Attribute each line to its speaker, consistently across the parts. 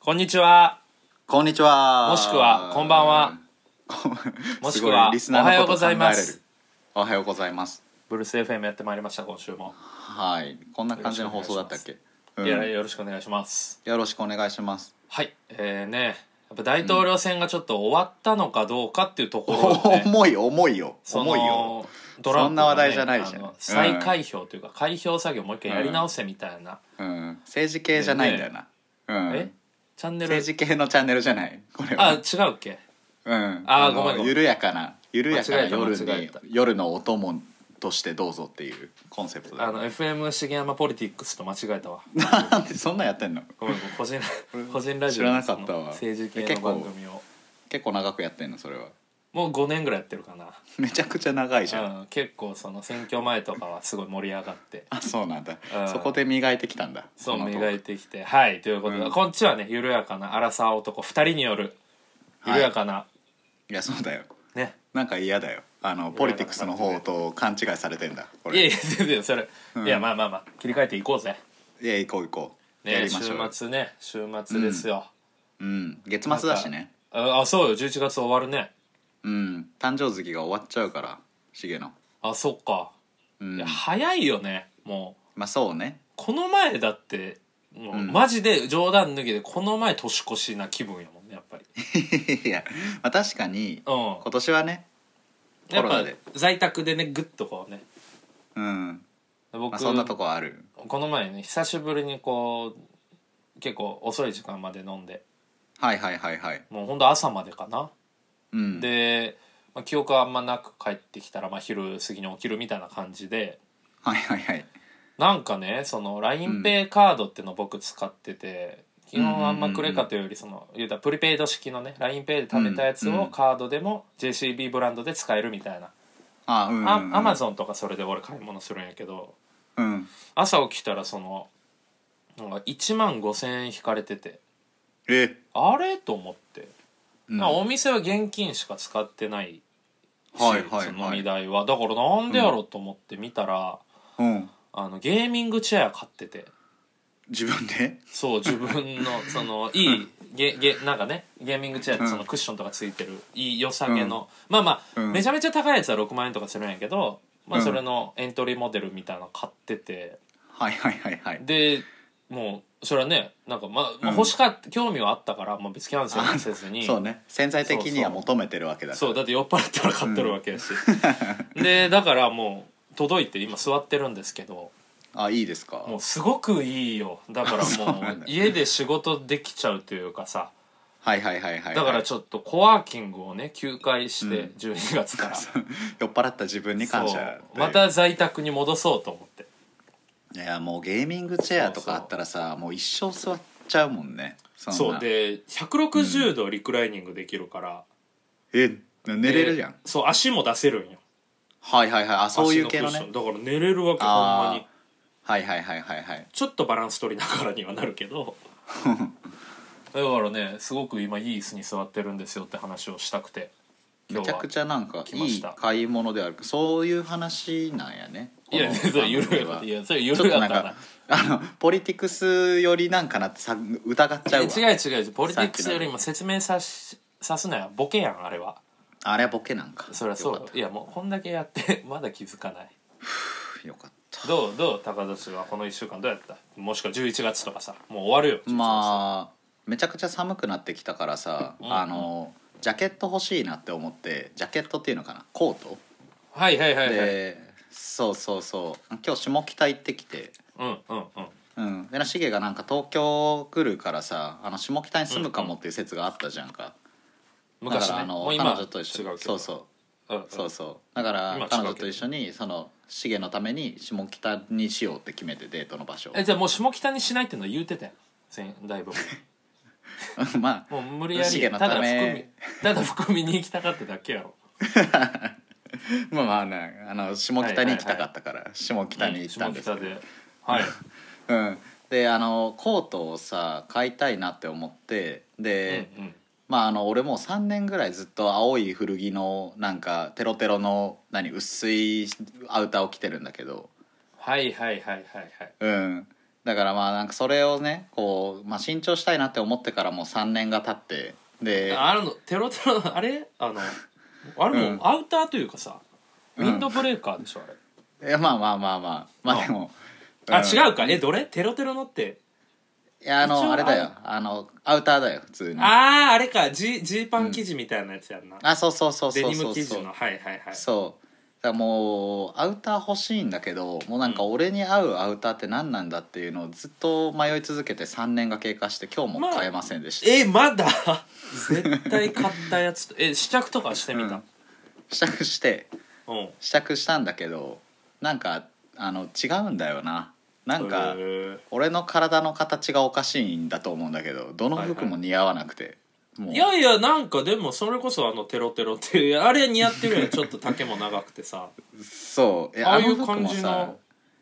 Speaker 1: こんにちは。
Speaker 2: こんにちは。
Speaker 1: もしくはこんばん は。も
Speaker 2: も
Speaker 1: し
Speaker 2: し
Speaker 1: く
Speaker 2: く
Speaker 1: は
Speaker 2: は、リスナーの
Speaker 1: おはようご
Speaker 2: こと
Speaker 1: ざいます
Speaker 2: 考えれる。おはようございます。
Speaker 1: ブルース FM やってまいりました、今週も。
Speaker 2: はい。こんな感じの放送だったっけう
Speaker 1: いや
Speaker 2: ん。
Speaker 1: よろしくお願いします。
Speaker 2: よろしくお願いします。
Speaker 1: はい。えー、ね、やっぱ大統領選がちょっと終わったのかどうかっていうところで、ね、
Speaker 2: 重い、重いよ。
Speaker 1: その
Speaker 2: 重いよ。
Speaker 1: ドラ
Speaker 2: そ
Speaker 1: ンプのね
Speaker 2: んな話題じゃないじゃん
Speaker 1: あの
Speaker 2: うん
Speaker 1: 再開票というか、開票作業もう一回やり直せみたいな。
Speaker 2: うん。政治系じゃないんだよな。うん。
Speaker 1: えチャンネル
Speaker 2: 政、治系のチャンネルじゃない。これ
Speaker 1: あ、
Speaker 2: は。
Speaker 1: 違うっけ
Speaker 2: うん。
Speaker 1: あー
Speaker 2: の
Speaker 1: ごめんごめん
Speaker 2: 緩やかな、緩やか
Speaker 1: 間違
Speaker 2: な
Speaker 1: えた
Speaker 2: 夜
Speaker 1: 間違え
Speaker 2: に
Speaker 1: た、
Speaker 2: 夜のお供としてどうぞっていうコンセプトだ
Speaker 1: あ
Speaker 2: よ
Speaker 1: の、FM 茂山ポリティックスと間違えたわ。
Speaker 2: なんでそんなんやってんの
Speaker 1: ごめん、ごめん個人、 個人ラジオ
Speaker 2: 知らなかったわ
Speaker 1: 政治系の番組を。
Speaker 2: 結構長くやってんの、それは。
Speaker 1: もう5年ぐらいやってるかな。
Speaker 2: めちゃくちゃ長いじゃん。
Speaker 1: うん、結構その選挙前とかはすごい盛り上がって
Speaker 2: あそうなんだ
Speaker 1: うん
Speaker 2: そこで磨いてきたんだ
Speaker 1: そう
Speaker 2: このトーク
Speaker 1: 磨いてきてはいということで、
Speaker 2: うん
Speaker 1: こっちはね緩やかな荒さ男2人による
Speaker 2: はい
Speaker 1: 緩やかな、
Speaker 2: いやそうだよ
Speaker 1: ね
Speaker 2: なんか嫌だよあのポリティクスの方と勘違いされてんだこ
Speaker 1: いやい
Speaker 2: れ
Speaker 1: や全然それ、
Speaker 2: ん
Speaker 1: いやまあまあまあ切り替えていこうぜ、
Speaker 2: いや行こう行こうや
Speaker 1: ね、
Speaker 2: りま
Speaker 1: 週
Speaker 2: しょうよ
Speaker 1: 末ね週末ですよ、
Speaker 2: うん月末だしね
Speaker 1: ああそうよ11月終わるね
Speaker 2: うん誕生月が終わっちゃうからしげの
Speaker 1: あそっか、
Speaker 2: うん
Speaker 1: いや早いよねもう
Speaker 2: まあそうね
Speaker 1: この前だってもう、
Speaker 2: ん
Speaker 1: マジで冗談抜きでこの前年越しな気分やもんねやっぱり
Speaker 2: いやまあ確かに
Speaker 1: うん
Speaker 2: 今年はねコ
Speaker 1: や
Speaker 2: ロナ
Speaker 1: っ
Speaker 2: で
Speaker 1: ぱ在宅でねグッとこうね
Speaker 2: うん
Speaker 1: 僕、
Speaker 2: まあそんなとこはある
Speaker 1: この前ね久しぶりにこう結構遅い時間まで飲んで
Speaker 2: はいはいはいはい
Speaker 1: もうほんと朝までかな、
Speaker 2: うん
Speaker 1: で、まあ、記憶はあんまなく帰ってきたら、まあ、昼過ぎに起きるみたいな感じで
Speaker 2: はいはいはい
Speaker 1: なんかねその LINEPay カードっての僕使ってて、基本あんまクレカというよりその言うたらプリペイド式のね LINEPay で食べたやつ
Speaker 2: うんう
Speaker 1: を
Speaker 2: ん
Speaker 1: カードでも JCB ブランドで使えるみたいな、
Speaker 2: あうん
Speaker 1: あアマゾンとかそれで俺買い物するんやけど
Speaker 2: うん
Speaker 1: 朝起きたらそのなんか1万5,000円引かれてて。
Speaker 2: え
Speaker 1: あれと思って、
Speaker 2: うん
Speaker 1: なんかお店は現金しか使ってないし、
Speaker 2: はいはい
Speaker 1: そ
Speaker 2: は
Speaker 1: の飲
Speaker 2: い
Speaker 1: み代はだからなんでやろうと思って見たら、
Speaker 2: うん
Speaker 1: あのゲーミングチェア買ってて
Speaker 2: 自分で
Speaker 1: そう自分のそのいいゲゲなんかねゲーミングチェアってそのクッションとかついてるいい良さげの、まあまあ、
Speaker 2: うん
Speaker 1: めちゃめちゃ高いやつは6万円とかするんやけど、まあ、それのエントリーモデルみたいなの買ってて
Speaker 2: はいはいはいはい
Speaker 1: でもうそれはねなんか、まあまあ
Speaker 2: うん
Speaker 1: 欲しかった興味はあったから、まあ、別にキャンセルもせずに
Speaker 2: そうね潜在的には求めてるわけだから
Speaker 1: そうだって酔っ払ったら買ってるわけやし、でだからもう届いて今座ってるんですけど
Speaker 2: あいいですか
Speaker 1: もうすごくいいよだから
Speaker 2: そう
Speaker 1: も
Speaker 2: なん
Speaker 1: う
Speaker 2: だ
Speaker 1: 家で仕事できちゃうというかさ
Speaker 2: はいはいはいはい
Speaker 1: だから
Speaker 2: ょ
Speaker 1: ちょっとコワーキングをね休会して
Speaker 2: うん
Speaker 1: 12月から、
Speaker 2: っと 酔っ払った自分に感謝って
Speaker 1: そう
Speaker 2: いう
Speaker 1: また在宅に戻そうと思って
Speaker 2: いやもうゲーミングチェアとかあったらさもう一生座っちゃうもんねそんな
Speaker 1: そうで160度リクライニングできるから、
Speaker 2: え寝れるじゃん
Speaker 1: でそう足も出せるんよ
Speaker 2: はいはいはいあそういう系の
Speaker 1: 足クッ
Speaker 2: ね
Speaker 1: ションだから寝れるわけほんまに
Speaker 2: あーはいはいはいはいはい
Speaker 1: ちょっとバランス取りながらにはなるけ どだからねすごく今いい椅子に座ってるんですよって話をしたくて今日
Speaker 2: めちゃ
Speaker 1: は
Speaker 2: くちゃなんか
Speaker 1: 来ま
Speaker 2: い
Speaker 1: し
Speaker 2: い
Speaker 1: た
Speaker 2: 買い物であるそういう話なんやね
Speaker 1: いやそれ緩や
Speaker 2: か
Speaker 1: かいやそれ
Speaker 2: ちょ
Speaker 1: 緩
Speaker 2: っと
Speaker 1: や
Speaker 2: な
Speaker 1: か
Speaker 2: んかあのポリティクスよりなんかなってさ疑っちゃうわ
Speaker 1: いや違う違う違うポリティックスよりも説明さしさすなよボケやんあれは
Speaker 2: あれはボケなんか
Speaker 1: そりゃそう
Speaker 2: よか
Speaker 1: よいやもうこんだけやって まだ気づかない
Speaker 2: ったよかった
Speaker 1: どうどう高田氏はこの1週間どうやったもしくは11月とかさもう終わるよ
Speaker 2: まあめちゃくちゃ寒くなってきたからさ、
Speaker 1: んうん
Speaker 2: あのジャケット欲しいなって思ってジャケットっていうのかなコート、
Speaker 1: あはいはいはいはい
Speaker 2: でそうそうそう今日下北行ってきて、
Speaker 1: うんうんうん
Speaker 2: うん、でなしげがなんか東京来るからさあの下北に住むかもっていう説があったじゃんか、だ
Speaker 1: 昔
Speaker 2: か
Speaker 1: ね
Speaker 2: らあの
Speaker 1: もう今
Speaker 2: 彼女と一緒
Speaker 1: 違う
Speaker 2: に
Speaker 1: け
Speaker 2: そ
Speaker 1: ど
Speaker 2: うそう
Speaker 1: うんうん
Speaker 2: そうそうだから
Speaker 1: 今違うけど
Speaker 2: 彼女と一緒にそのしげのために下北にしようって決めてデートの場所
Speaker 1: えじゃあもう下北にしないってのは言うてたよ先だい ぶ
Speaker 2: まあ
Speaker 1: もう無理やり
Speaker 2: 重
Speaker 1: ただ
Speaker 2: のた
Speaker 1: 含
Speaker 2: め
Speaker 1: みただ含みに行きたかっただけやろ
Speaker 2: まあまあねあの下北に行きたかったから、下北に行ったんです
Speaker 1: 下北ではい
Speaker 2: うん、であのコートをさ買いたいなって思ってで、
Speaker 1: うんうん
Speaker 2: まああの俺もう3年ぐらいずっと青い古着のなんかテロテロの何薄いアウターを着てるんだけど、
Speaker 1: はいはいはいはいはい
Speaker 2: うん、だからまあなんかそれをねこう、まあ、新調したいなって思ってからもう3年が経ってで
Speaker 1: あのテロテロのあれあのあれも
Speaker 2: うん
Speaker 1: うアウターというかさ、
Speaker 2: うん
Speaker 1: ウィンドブレーカーでしょあれ、
Speaker 2: いやまあまあまあまあまあでも、
Speaker 1: あ
Speaker 2: うん
Speaker 1: 違うかえどれテロテロのって
Speaker 2: いやあ
Speaker 1: 一
Speaker 2: の
Speaker 1: 応
Speaker 2: あれだよあのアウターだよ普通にあ
Speaker 1: あああれかジージーパン生地みたいなやつやんな、
Speaker 2: そうそうそう
Speaker 1: デ
Speaker 2: そう
Speaker 1: ニ
Speaker 2: そ
Speaker 1: ム
Speaker 2: う
Speaker 1: 生
Speaker 2: そ
Speaker 1: 地
Speaker 2: う
Speaker 1: のはいはいはい
Speaker 2: そうだからもうアウター欲しいんだけどもうなんか
Speaker 1: うん
Speaker 2: 俺に合うアウターって何なんだっていうのをずっと迷い続けて3年が経過して今日も買えませんでした、
Speaker 1: えま だ絶対買ったやつとえ試着とかしてみた、
Speaker 2: 試着して
Speaker 1: うん、
Speaker 2: 試着したんだけどなんかあの違うんだよななんか、
Speaker 1: へー
Speaker 2: 俺の体の形がおかしいんだと思うんだけどどの服も似合わなくて、もう
Speaker 1: いやいやなんかでもそれこそあのテロテロっていうあれ似合ってるやんちょっと丈も長くてさ
Speaker 2: そうえ
Speaker 1: あ
Speaker 2: あ
Speaker 1: あい
Speaker 2: の
Speaker 1: う
Speaker 2: 服も
Speaker 1: 感じ
Speaker 2: さ
Speaker 1: の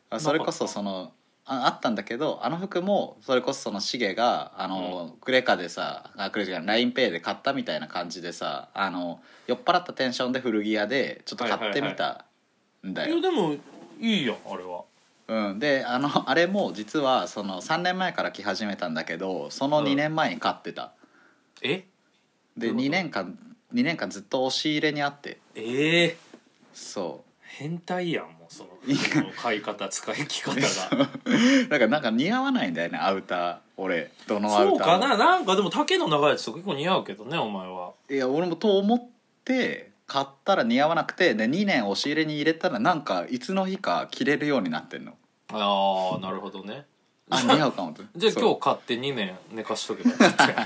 Speaker 2: あそれこそそのああったんだけどあの服もそれこそそのシゲがあの、クレカでさあクレカじゃない LINEPay で買ったみたいな感じでさあの酔っ払ったテンションで古着屋でちょっと買ってみたんだ
Speaker 1: い
Speaker 2: よ
Speaker 1: や、でもいいやんあれは
Speaker 2: うん、であのあれも実はその3年前から着始めたんだけどその2年前に買ってた、
Speaker 1: え
Speaker 2: で
Speaker 1: どういうこと
Speaker 2: 2年間2年間ずっと押し入れにあって
Speaker 1: ええ
Speaker 2: そう
Speaker 1: 変態やんもうそのその買い方使いき 方が
Speaker 2: だからなんか似合わないんだよねアウター俺どのアウター
Speaker 1: そう
Speaker 2: も
Speaker 1: かななんかでも丈の長いやつとか結構似合うけどねお前はい
Speaker 2: や俺もと思って買ったら似合わなくてで2年押し入れに入れたらなんかいつの日か着れるようになってんの
Speaker 1: ああなるほどね
Speaker 2: あ似合うかもって
Speaker 1: じゃあ
Speaker 2: そう
Speaker 1: 今日買って2年寝かしとけばよかった よ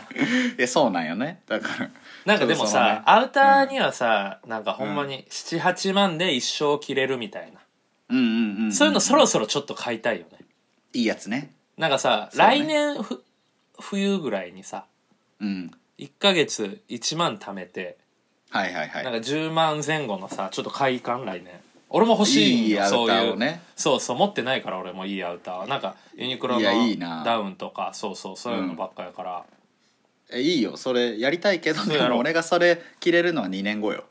Speaker 2: いやそうなんよねだから
Speaker 1: なんかでも
Speaker 2: そうそう
Speaker 1: さ
Speaker 2: ね
Speaker 1: アウターにはさなんかほんまに78万で一生着れるみたいな
Speaker 2: うんうんうん、うん、
Speaker 1: そういうのそろそろちょっと買いたいよね
Speaker 2: いいやつね
Speaker 1: なんかさ、
Speaker 2: そうね
Speaker 1: 来年ふ冬ぐらいにさ
Speaker 2: うん
Speaker 1: 1ヶ月1万貯めて、
Speaker 2: はいはいはい
Speaker 1: なんか10万前後のさちょっと快感来年俺も欲しい
Speaker 2: い
Speaker 1: よ
Speaker 2: アウタ
Speaker 1: そうい
Speaker 2: ーを
Speaker 1: う、
Speaker 2: ね
Speaker 1: そうそう持ってないから俺もいいアウターなんかユニクロの
Speaker 2: いやいいな
Speaker 1: ダウンとかそうそうそういうのばっかやから、
Speaker 2: えいいよそれやりたいけど
Speaker 1: そう
Speaker 2: で
Speaker 1: やろ
Speaker 2: も俺がそれ着れるのは2年後よ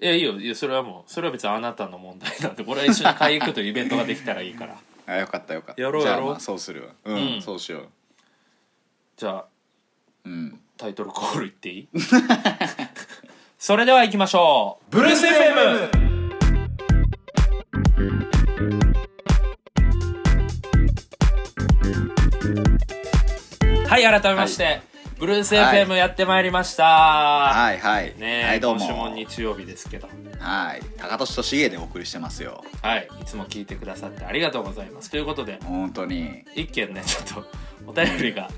Speaker 1: いやいいよいやそれはもうそれは別にあなたの問題なんで俺は一緒に買い行くというイベントができたらいいから
Speaker 2: あよかったよかった
Speaker 1: やろう
Speaker 2: じゃ
Speaker 1: や
Speaker 2: あ
Speaker 1: ろう
Speaker 2: まあそうするわうん、
Speaker 1: うん
Speaker 2: そうしよ
Speaker 1: じゃあ
Speaker 2: ううん
Speaker 1: タイトルコールいっていい それでは行きましょうブルース FM! はい改めまして、ブルース
Speaker 2: はい
Speaker 1: FM やってまいりました、
Speaker 2: はいはい、
Speaker 1: ねえ、
Speaker 2: はいどうも
Speaker 1: 今週も日曜日ですけど
Speaker 2: はい高俊としげでお送りしてますよ
Speaker 1: はいいつも聞いてくださってありがとうございますということで
Speaker 2: 本当に
Speaker 1: 一件ねちょっとお便りが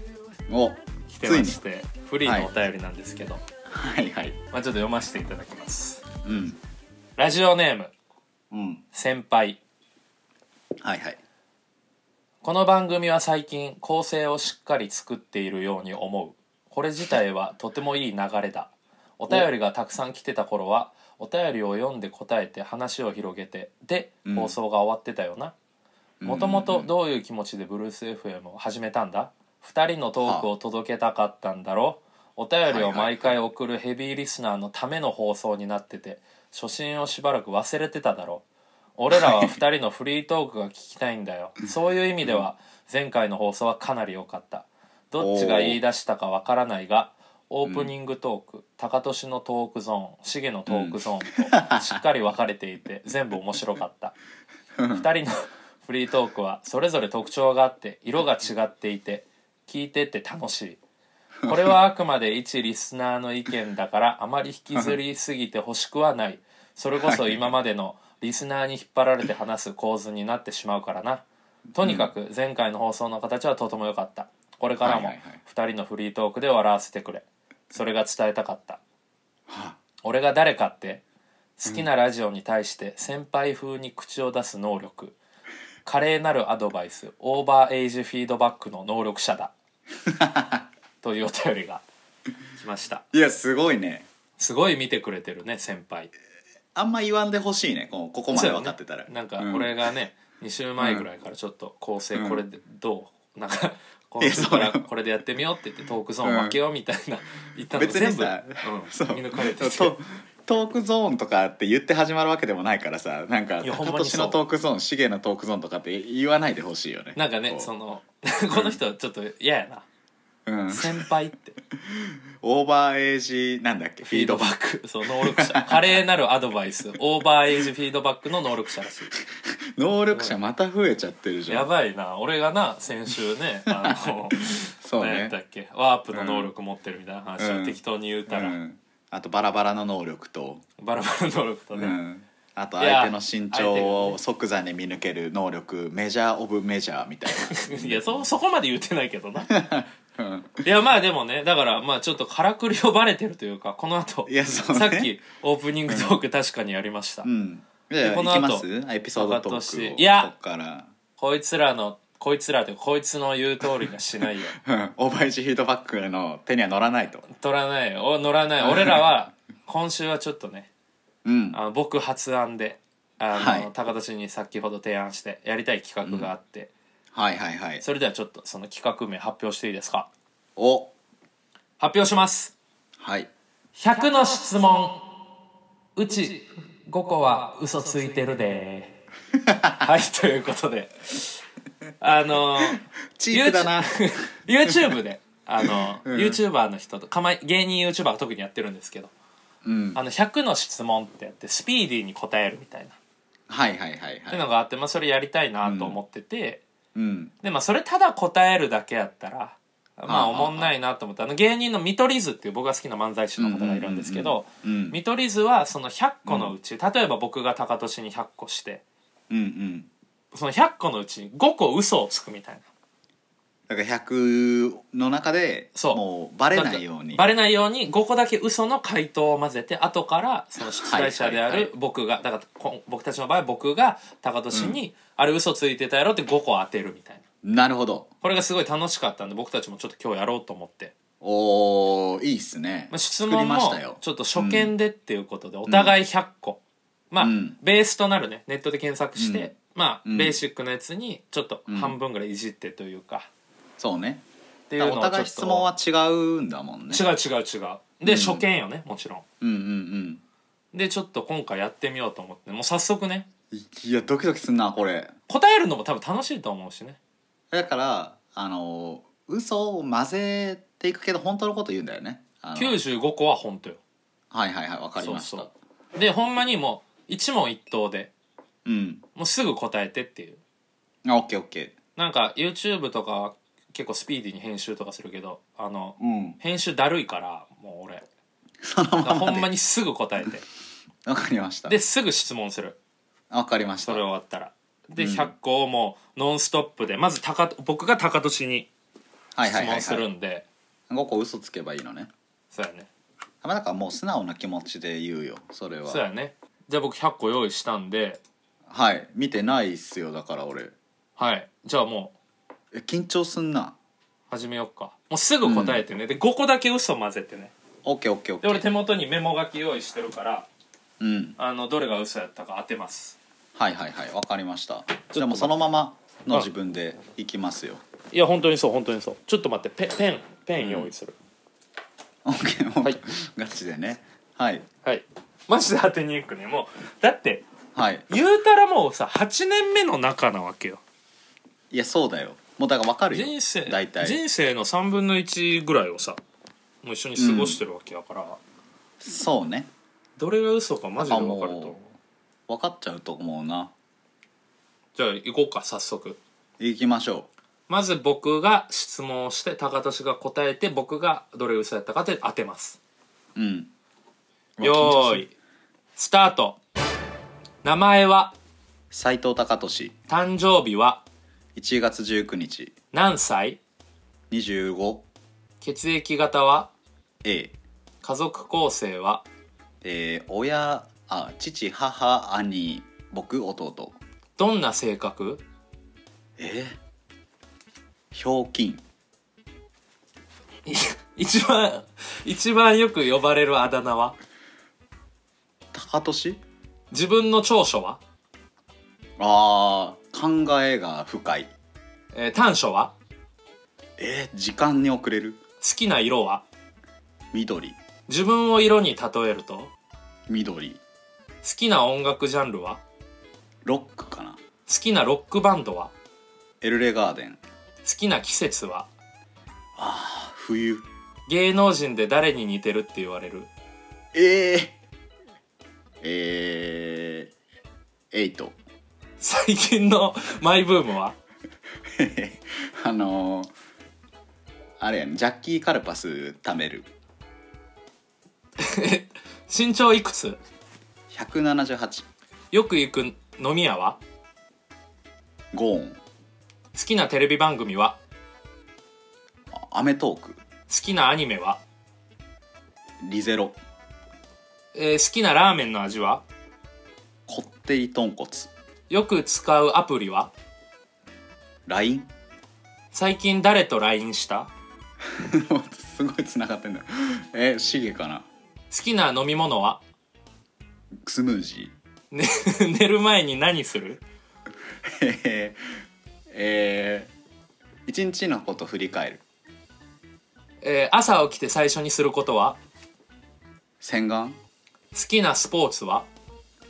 Speaker 2: お
Speaker 1: 来て
Speaker 2: つい
Speaker 1: ま
Speaker 2: に
Speaker 1: してフリーのお便りなんですけど、
Speaker 2: はいはい
Speaker 1: まあちょっと読ませていただきます
Speaker 2: うん
Speaker 1: ラジオネーム
Speaker 2: うん
Speaker 1: 先輩
Speaker 2: はいはい
Speaker 1: この番組は最近構成をしっかり作っているように思うこれ自体はとてもいい流れだお便りがたくさん来てた頃はお便りを読んで答えて話を広げてで
Speaker 2: うん
Speaker 1: 放送が終わってたよなもともとどういう気持ちでブルース FM を始めたんだ2人のトークを届けたかったんだろうお便りを毎回送るヘビーリスナーのための放送になってて初心をしばらく忘れてただろう俺らは2人のフリートークが聞きたいんだよそういう意味では前回の放送はかなり良かったどっちが言い出したかわからないがオープニングトーク、高俊のトークゾーンシゲのトークゾーンとしっかり分かれていて全部面白かった2人のフリートークはそれぞれ特徴があって色が違っていて聞いてって楽しいこれはあくまで一リスナーの意見だからあまり引きずりすぎて欲しくはないそれこそ今までのリスナーに引っ張られて話す構図になってしまうからなとにかく前回の放送の形はとても良かったこれからも
Speaker 2: はいはいはい
Speaker 1: 2人のフリートークで笑わせてくれそれが伝えたかった俺が誰かって好きなラジオに対して先輩風に口を出す能力華麗なるアドバイスオーバーエイジフィードバックの能力者 だというお便りが来ました
Speaker 2: いやすごいね
Speaker 1: すごい見てくれてるね先輩
Speaker 2: あんま言わんでほしいねこうここまで分かってたら、
Speaker 1: そうねなんか
Speaker 2: うん
Speaker 1: 俺がね、2週前ぐらいからちょっと構成
Speaker 2: うん
Speaker 1: これでどう、なんかこ
Speaker 2: いやそうよ
Speaker 1: れこれでやってみようって言ってトークゾーン分けようみたいな、言ったのが
Speaker 2: 別に
Speaker 1: 全部、
Speaker 2: さ、
Speaker 1: う
Speaker 2: そ
Speaker 1: ん、
Speaker 2: う
Speaker 1: 見抜かれて
Speaker 2: ト
Speaker 1: て
Speaker 2: トークゾーンとかって言って始まるわけでもないからさなんか
Speaker 1: いやほん
Speaker 2: 高
Speaker 1: まにそう
Speaker 2: 年のトークゾーンシゲのトークゾーンとかって言わないでほしいよね
Speaker 1: なんかね
Speaker 2: こう
Speaker 1: その この人ちょっと嫌やな
Speaker 2: うん、
Speaker 1: 先輩って
Speaker 2: オーバーエイジなんだっけフ
Speaker 1: フ
Speaker 2: ィ
Speaker 1: ィ
Speaker 2: ー
Speaker 1: ー
Speaker 2: ド
Speaker 1: ド
Speaker 2: バ
Speaker 1: バ
Speaker 2: ック
Speaker 1: ックそう能力者華麗なるアドバイスオーバーエイジフィードバックの能力者らし
Speaker 2: 能力者また増えちゃってる
Speaker 1: い
Speaker 2: じゃん
Speaker 1: やばいな俺がな先週ねあの
Speaker 2: そう
Speaker 1: 何やっ
Speaker 2: ね
Speaker 1: たっけワープの能力持ってるみたいな話
Speaker 2: うん
Speaker 1: を適当に言うたら、
Speaker 2: うん、あとバラバラの能力と、
Speaker 1: バラバラの能力と
Speaker 2: う
Speaker 1: ね、
Speaker 2: ん、あと
Speaker 1: いや
Speaker 2: 相手の身長を即座に見抜ける能力メジャー・オブ・メジャーみたい
Speaker 1: いやそそこまで言ってないけどな
Speaker 2: な、うん、
Speaker 1: いやまあでもねだからまあちょっとからくりをバレてるというかこの後
Speaker 2: いやそうね
Speaker 1: さっきオープニングトーク確かにやりました、
Speaker 2: うんじゃあ
Speaker 1: でこの
Speaker 2: 行き
Speaker 1: 後
Speaker 2: ますエピソードト
Speaker 1: 赤とし
Speaker 2: ークを
Speaker 1: いや
Speaker 2: こっ から
Speaker 1: こいつらのこいつらというかこいつの言う通りがしないよ
Speaker 2: うんオーバーエイジフィードバックの手には乗らないと
Speaker 1: 取らないお乗らない俺らは今週はちょっとね
Speaker 2: うん
Speaker 1: あの僕発案であの、
Speaker 2: はい
Speaker 1: 高田氏に先ほど提案してやりたい企画があって、
Speaker 2: はいはいはい
Speaker 1: それではちょっとその企画名発表していいですか
Speaker 2: お
Speaker 1: 発表します
Speaker 2: はい
Speaker 1: 100の質問うち5個は嘘ついてるで はいということであの
Speaker 2: チープだな
Speaker 1: YouTube であ の、YouTuber の人とかまい芸人 YouTuber が特にやってるんですけど
Speaker 2: うん
Speaker 1: あの100の質問ってやってスピーディーに答えるみたいな、
Speaker 2: はいはいはい
Speaker 1: っていう
Speaker 2: はい
Speaker 1: のがあって、まあ、それやりたいなと思ってて、
Speaker 2: うん
Speaker 1: でまあそれただ答えるだけやったらま
Speaker 2: あ
Speaker 1: あおもんないなと思ってあの芸人の見取り図っていう僕が好きな漫才師の方がいるんですけど、
Speaker 2: うんうんうんうん
Speaker 1: 見取り図はその100個のうち、例えば僕が高年に100個して
Speaker 2: うんうん
Speaker 1: その100個のうちに5個嘘をつくみたいな
Speaker 2: だから100の中で
Speaker 1: そう
Speaker 2: もうバレないように
Speaker 1: バレないように5個だけ嘘の回答を混ぜて後からその出題者であ
Speaker 2: はいはい
Speaker 1: る僕がだからこ僕たちの場合僕が高年に、あれ嘘ついてたやろって5個当てるみたいな
Speaker 2: なるほど
Speaker 1: これがすごい楽しかったんで僕たちもちょっと今日やろうと思って。
Speaker 2: おーいいっすね
Speaker 1: まあ、質
Speaker 2: 作り
Speaker 1: 問
Speaker 2: まし
Speaker 1: も
Speaker 2: たよ
Speaker 1: ちょっと初見でっていうことでお互い100個、まあ、
Speaker 2: うん
Speaker 1: ベースとなるねネットで検索して、まあ
Speaker 2: ん
Speaker 1: ベーシックなやつにちょっと半分ぐらいいじってというか、
Speaker 2: そうね
Speaker 1: っていうのを
Speaker 2: お
Speaker 1: ちょっと
Speaker 2: 互い質問は違うんだもんね
Speaker 1: 違う違う違うで、初見よねもちろん
Speaker 2: うんうんうん
Speaker 1: でちょっと今回やってみようと思ってもう早速ね
Speaker 2: いやドキドキすんなこれ
Speaker 1: 答えるのも多分楽しいと思うしね
Speaker 2: だからあの嘘を混ぜていくけど本当のこと言うんだよねあの
Speaker 1: 95個は本当よ
Speaker 2: はいはいはいわかりました
Speaker 1: そうそうでほんまにもう一問一答で
Speaker 2: うん
Speaker 1: もうすぐ答えてっていう
Speaker 2: あオッケーオッケ
Speaker 1: なんか YouTube とか結構スピーディーに編集とかするけどあの
Speaker 2: ーうん
Speaker 1: 編集だるいからもう俺
Speaker 2: そのままで
Speaker 1: ほんまにすぐ答えて
Speaker 2: わかりました
Speaker 1: ですぐ質問する
Speaker 2: わかりました
Speaker 1: それ終わったらで、
Speaker 2: うん
Speaker 1: 100個をもうノンストップでまず高僕が高年に
Speaker 2: はい
Speaker 1: 質
Speaker 2: はいはい、
Speaker 1: 問す
Speaker 2: は
Speaker 1: る
Speaker 2: い、
Speaker 1: んで、
Speaker 2: 5個嘘つけばいいのね
Speaker 1: そうやね
Speaker 2: あまあだからもう素直な気持ちで言うよそれは
Speaker 1: そうやねじゃあ僕100個用意したんで
Speaker 2: はい見てないっすよだから俺
Speaker 1: はいじゃあもう
Speaker 2: え緊張すんな
Speaker 1: 始めようかもうすぐ答えてね、で5個だけ嘘混ぜてね
Speaker 2: オッケーオッケーオッ
Speaker 1: で
Speaker 2: ケー
Speaker 1: 俺手元にメモ書き用意してるから
Speaker 2: うん
Speaker 1: あのどれが嘘やったか当てます
Speaker 2: はいはいはいわかりましたじゃあもうそのままの自分でいきますよ
Speaker 1: いや本当にそう本当にそうちょっと待ってペペンペン用意する、
Speaker 2: オッケー、
Speaker 1: はい
Speaker 2: ガチでねはい
Speaker 1: はいマジで当てにいくねもうだって
Speaker 2: はい
Speaker 1: 言うたらもうさ8年目の中なわけよ
Speaker 2: いやそうだよもうだからわかるよ
Speaker 1: 人生
Speaker 2: 大体
Speaker 1: 人生の3分の1ぐらいをさもう一緒に過ごしてるわけだから、
Speaker 2: そうね
Speaker 1: どれが嘘かマジで分かると
Speaker 2: あ
Speaker 1: 思う
Speaker 2: もう分かっちゃうと思うな
Speaker 1: じゃあ行こうか早速
Speaker 2: 行きましょ
Speaker 1: まず僕が質問をして高田氏が答えて僕がどれ嘘やったかって当てます
Speaker 2: ううん
Speaker 1: よーいスタート名前は
Speaker 2: 斎藤隆俊
Speaker 1: 誕生日は
Speaker 2: 1月19日
Speaker 1: 何歳
Speaker 2: 25A
Speaker 1: 血液型は家族構成は
Speaker 2: えー、親あ父母兄僕弟
Speaker 1: どんな性格
Speaker 2: えー、ひょうきん
Speaker 1: い 一番一番よく呼ばれるあだ名は
Speaker 2: 高俊
Speaker 1: 自分の長所は、
Speaker 2: あー考えが深い
Speaker 1: えー短所は
Speaker 2: えー、時間に遅れる
Speaker 1: 好きな色は
Speaker 2: 緑
Speaker 1: 自分を色に例えると
Speaker 2: 緑
Speaker 1: きな音楽ジャンルは
Speaker 2: ロックかな
Speaker 1: 好きなロックバンドは
Speaker 2: エルレガーデン
Speaker 1: 好きな季節は
Speaker 2: ああ冬
Speaker 1: 芸能人で誰に似てるって言われる
Speaker 2: ええええエイト
Speaker 1: 最近の マイブームは
Speaker 2: あのー、あれやねジャッキー・カルパス貯める
Speaker 1: 身長いくつ
Speaker 2: 178
Speaker 1: よく行く飲み屋は
Speaker 2: ゴーン
Speaker 1: 好きなテレビ番組は
Speaker 2: あアメトーク
Speaker 1: 好きなアニメは、
Speaker 2: リゼロ
Speaker 1: えー好きなラーメンの味は
Speaker 2: こってり豚骨
Speaker 1: よく使うアプリは
Speaker 2: LINE
Speaker 1: 最近誰と LINE した
Speaker 2: すごい繋がってんだよえシゲかな
Speaker 1: 好きな飲み物は、
Speaker 2: スムージ
Speaker 1: ね、寝る前に何する
Speaker 2: ーえー えー、一日のこと振り返る
Speaker 1: えー朝起きて最初にすることは
Speaker 2: 洗顔
Speaker 1: 好きなスポーツは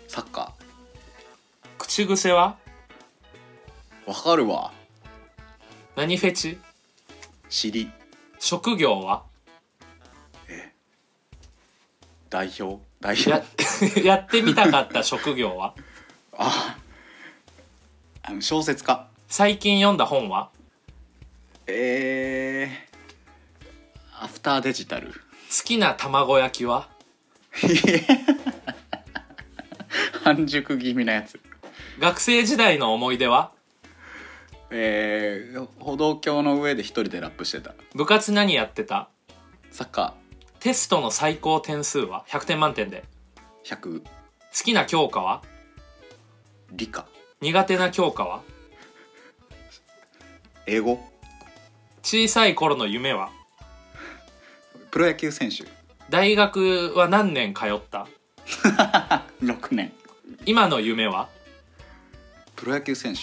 Speaker 2: サッカ
Speaker 1: 口癖は
Speaker 2: ーわかるわ
Speaker 1: 何フェチ
Speaker 2: 尻
Speaker 1: 職業は
Speaker 2: 代表代
Speaker 1: や
Speaker 2: 表
Speaker 1: やってみたかった職業は
Speaker 2: ああの小説家
Speaker 1: 最近読んだ本は
Speaker 2: えー、アフターデジタル
Speaker 1: 好きな卵焼きは
Speaker 2: 半熟気味なやつ
Speaker 1: 学生時代の思い出は
Speaker 2: えー、歩道橋の上で一人でラップしてた
Speaker 1: 部活何やってた
Speaker 2: サッカ
Speaker 1: テストの最高点数は100点満点で
Speaker 2: ー100
Speaker 1: 好きな教科は
Speaker 2: 理科
Speaker 1: 苦手な教科は
Speaker 2: 英語
Speaker 1: 小さい頃の夢は
Speaker 2: プロ野球選手
Speaker 1: 大学は何年通った
Speaker 2: 6年
Speaker 1: 今の夢は
Speaker 2: プロ野球選手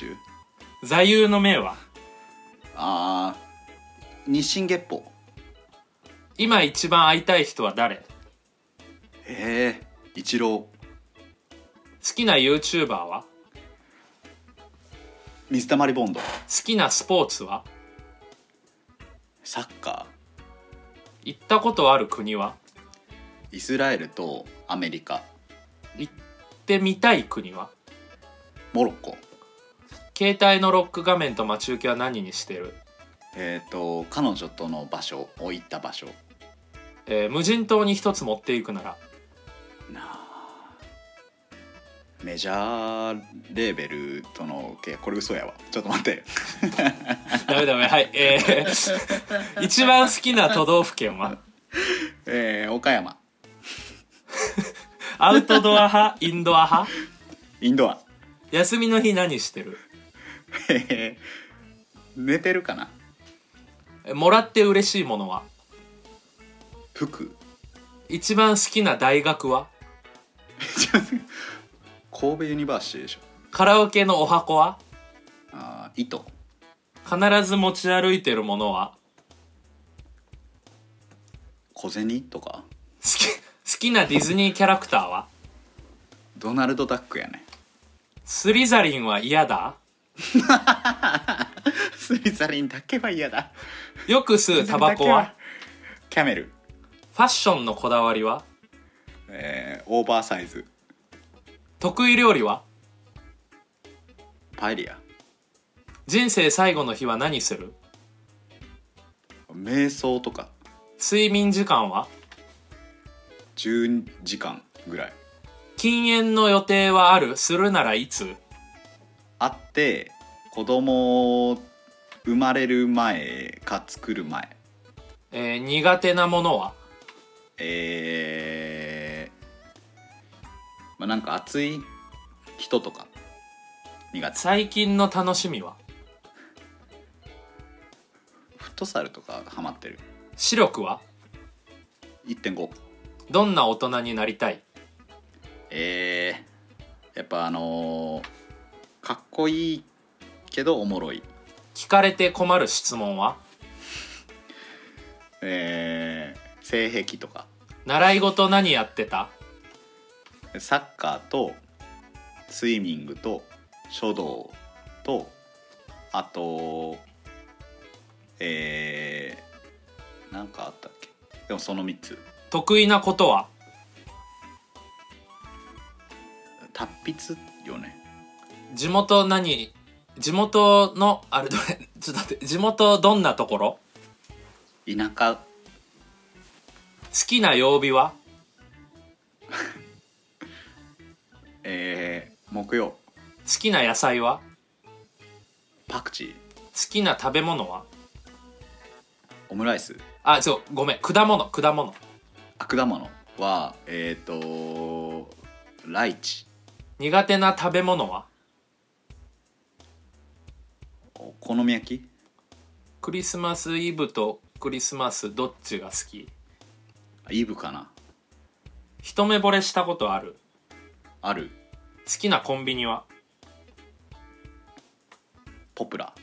Speaker 1: 座右の銘は
Speaker 2: あー日進月歩
Speaker 1: 今一番会いたい人は誰好
Speaker 2: ええー、一郎
Speaker 1: きな YouTuber は
Speaker 2: 水溜りボンド
Speaker 1: 好きなスポーツは
Speaker 2: サッカ
Speaker 1: 行ったことある国は
Speaker 2: ーイスラエルとアメリカ
Speaker 1: 行ってみたい国は
Speaker 2: モロッコ
Speaker 1: 携帯のロック画面と待ち受けは何にしてる、
Speaker 2: えっ、ー、と彼女との場所置いた場所
Speaker 1: えー無人島に一つ持っていくなら
Speaker 2: メジャーレーベルとの契約これ嘘やわちょっと待って
Speaker 1: ダメダメはいえー 一番好きな都道府県は
Speaker 2: えー、岡山
Speaker 1: アウトドア派インドア派
Speaker 2: インドア
Speaker 1: 休みの日何してる
Speaker 2: えー寝てるかな
Speaker 1: えもらって嬉しいものは
Speaker 2: 服
Speaker 1: 一番好きな大学は
Speaker 2: 神戸ユニバーシティでしょ
Speaker 1: カラオケのお箱は
Speaker 2: あー糸
Speaker 1: 必ず持ち歩いてるものは
Speaker 2: 小銭と
Speaker 1: 好
Speaker 2: か
Speaker 1: き好きなディズニーキャラクターは
Speaker 2: ドナルド・ダックやね
Speaker 1: スリザリンは嫌だ
Speaker 2: スリザリンだけは嫌だ
Speaker 1: よく吸うタバコは
Speaker 2: キャメル、
Speaker 1: ファッションのこだわりは
Speaker 2: えー、オーバーサイズ
Speaker 1: 得意料理は
Speaker 2: パエリア
Speaker 1: 人生最後の日は何する
Speaker 2: 瞑想とか
Speaker 1: 睡眠時間は
Speaker 2: 10時間ぐらい
Speaker 1: 禁煙の予定はあるするならいつ
Speaker 2: あって子供生まれる前か作る前
Speaker 1: えー苦手なものは
Speaker 2: えーまあ、なんか熱い人とか苦手
Speaker 1: 最近の楽しみは
Speaker 2: フットサルとかハマってる
Speaker 1: 視力は
Speaker 2: 1.5
Speaker 1: どんな大人になりたい
Speaker 2: えー、やっぱあのーかっこいいけどおもろい
Speaker 1: 聞かれて困る質問は
Speaker 2: えー、性癖とか
Speaker 1: 習い事何やってた
Speaker 2: サッカーとスイミングと書道とあとえー、なんかあったっけでもその3つ
Speaker 1: 得意なことは
Speaker 2: 達筆よね
Speaker 1: 地元何地元のあれどれ ちょっと待って地元どんなところ
Speaker 2: 田舎
Speaker 1: 好きな曜日は
Speaker 2: えー、木曜
Speaker 1: 好きな野菜は
Speaker 2: パクチー
Speaker 1: 好きな食べ物は
Speaker 2: オムライス
Speaker 1: あそうごめん果物果物
Speaker 2: あ果物はえっ、とライチ
Speaker 1: 苦手な食べ物は
Speaker 2: お好み焼き
Speaker 1: クリスマスイブとクリスマスどっちが好き
Speaker 2: あイブかな
Speaker 1: 一目惚れしたことある
Speaker 2: ある
Speaker 1: 好きなコンビニは
Speaker 2: ポプラ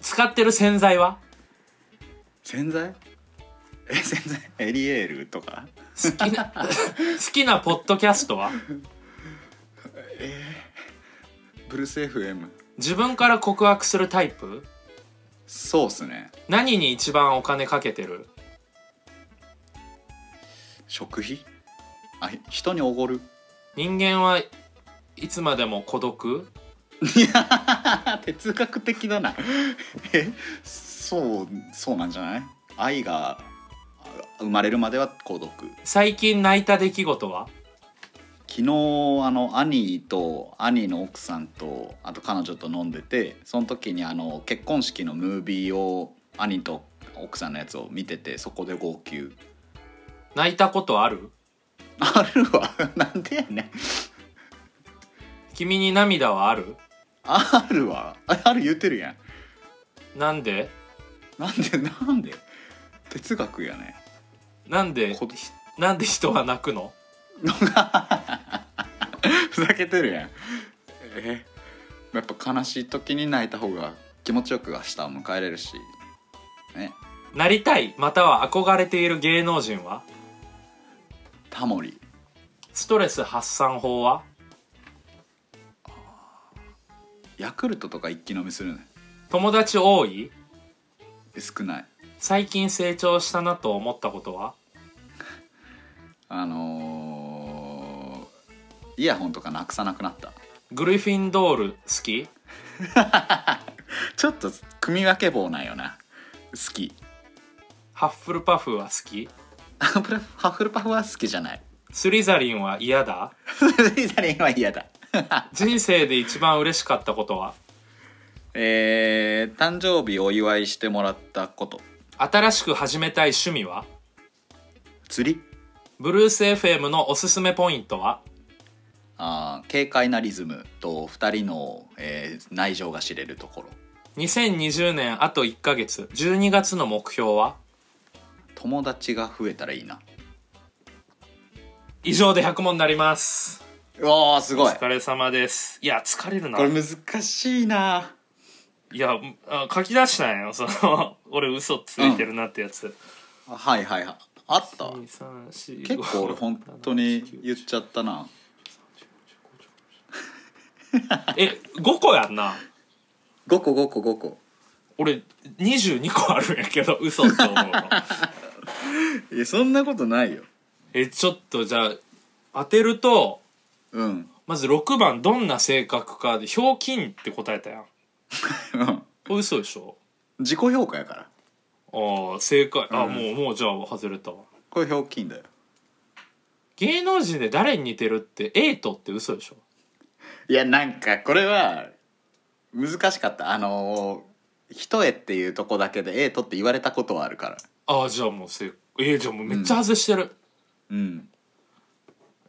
Speaker 1: 使ってる洗剤は
Speaker 2: 洗剤え洗剤エリエールとか
Speaker 1: 好きな 好きなポッドキャストは
Speaker 2: ブルース FM
Speaker 1: 自分から告白するタイプ
Speaker 2: そうっすね
Speaker 1: 何に一番お金かけてる
Speaker 2: 食費あひ人におごる
Speaker 1: 人間はいつまでも孤独
Speaker 2: 哲学的だな えそうそうなんじゃない愛があ生まれるまでは孤独昨
Speaker 1: 最近泣いた出来事は
Speaker 2: 日あの兄と兄の奥さんとあと彼女と飲んでてその時にあの結婚式のムービーを兄と奥さんのやつを見ててそこで号泣
Speaker 1: 泣いたことある
Speaker 2: あるわ なんでやねん
Speaker 1: 君に涙はある
Speaker 2: あるわあある言ってるやん
Speaker 1: なんで
Speaker 2: なんでなんで哲学やね
Speaker 1: なんで
Speaker 2: こ
Speaker 1: ひなんで人は泣くの
Speaker 2: ふざけてるやんえやっぱ悲しい時に泣いた方が気持ちよく明日を迎えれるしね
Speaker 1: なりたいまたは憧れている芸能人は
Speaker 2: タモリ
Speaker 1: ストレス発散法は
Speaker 2: ヤクルトとか一気飲みするね
Speaker 1: 友達多い
Speaker 2: 少ない
Speaker 1: 最近成長したなと思ったことは
Speaker 2: あのーイヤホンとかなくさなくなった
Speaker 1: グリフィンドール好き
Speaker 2: ちょっと組み分け棒なんよな好き
Speaker 1: ハッフルパフは好き
Speaker 2: ハブラハッフルパフは好きじゃない
Speaker 1: スリザリンは嫌だ
Speaker 2: リザリンは嫌だ
Speaker 1: 人生で一番嬉しかったことは
Speaker 2: えー、誕生日お祝いしてもらったこと
Speaker 1: 新しく始めたい趣味は
Speaker 2: 釣り
Speaker 1: ブルース FM のおすすめポイントは
Speaker 2: あー軽快なリズムと2人の、えー内情が知れるところ
Speaker 1: 2020年あと1ヶ月12月の目標は
Speaker 2: 友達が増えたらいいな
Speaker 1: 以上で100問になります
Speaker 2: うわーす
Speaker 1: お
Speaker 2: ごい
Speaker 1: 疲れ様ですいや疲れるな
Speaker 2: これ難しいない
Speaker 1: やあ書き出したんよその 俺嘘ついてるなってやつ、
Speaker 2: はいはいはいあった
Speaker 1: 二三四
Speaker 2: 結構俺本当に言っちゃったな
Speaker 1: え5個やんな
Speaker 2: 5個5個5個
Speaker 1: 俺22個あるんやけど嘘って思う の
Speaker 2: いやそんなことないよ
Speaker 1: えちょっとじゃあ当てると
Speaker 2: うん
Speaker 1: まず6番どんな性格かで「ひょうきん」って答えたやん
Speaker 2: うん
Speaker 1: これ嘘でしょ
Speaker 2: 自己評価やから
Speaker 1: ああ正解あ、
Speaker 2: うん
Speaker 1: もうもうじゃあ外れたわ
Speaker 2: これひょうきんだよ
Speaker 1: 芸能人で誰に似てるってエイトって嘘でしょ
Speaker 2: いやなんかこれは難しかったあのー「ひとえ」っていうとこだけで「えとって言われたことはあるから
Speaker 1: ああじゃあもう正えー、じゃあもうめっちゃ外してる、
Speaker 2: うん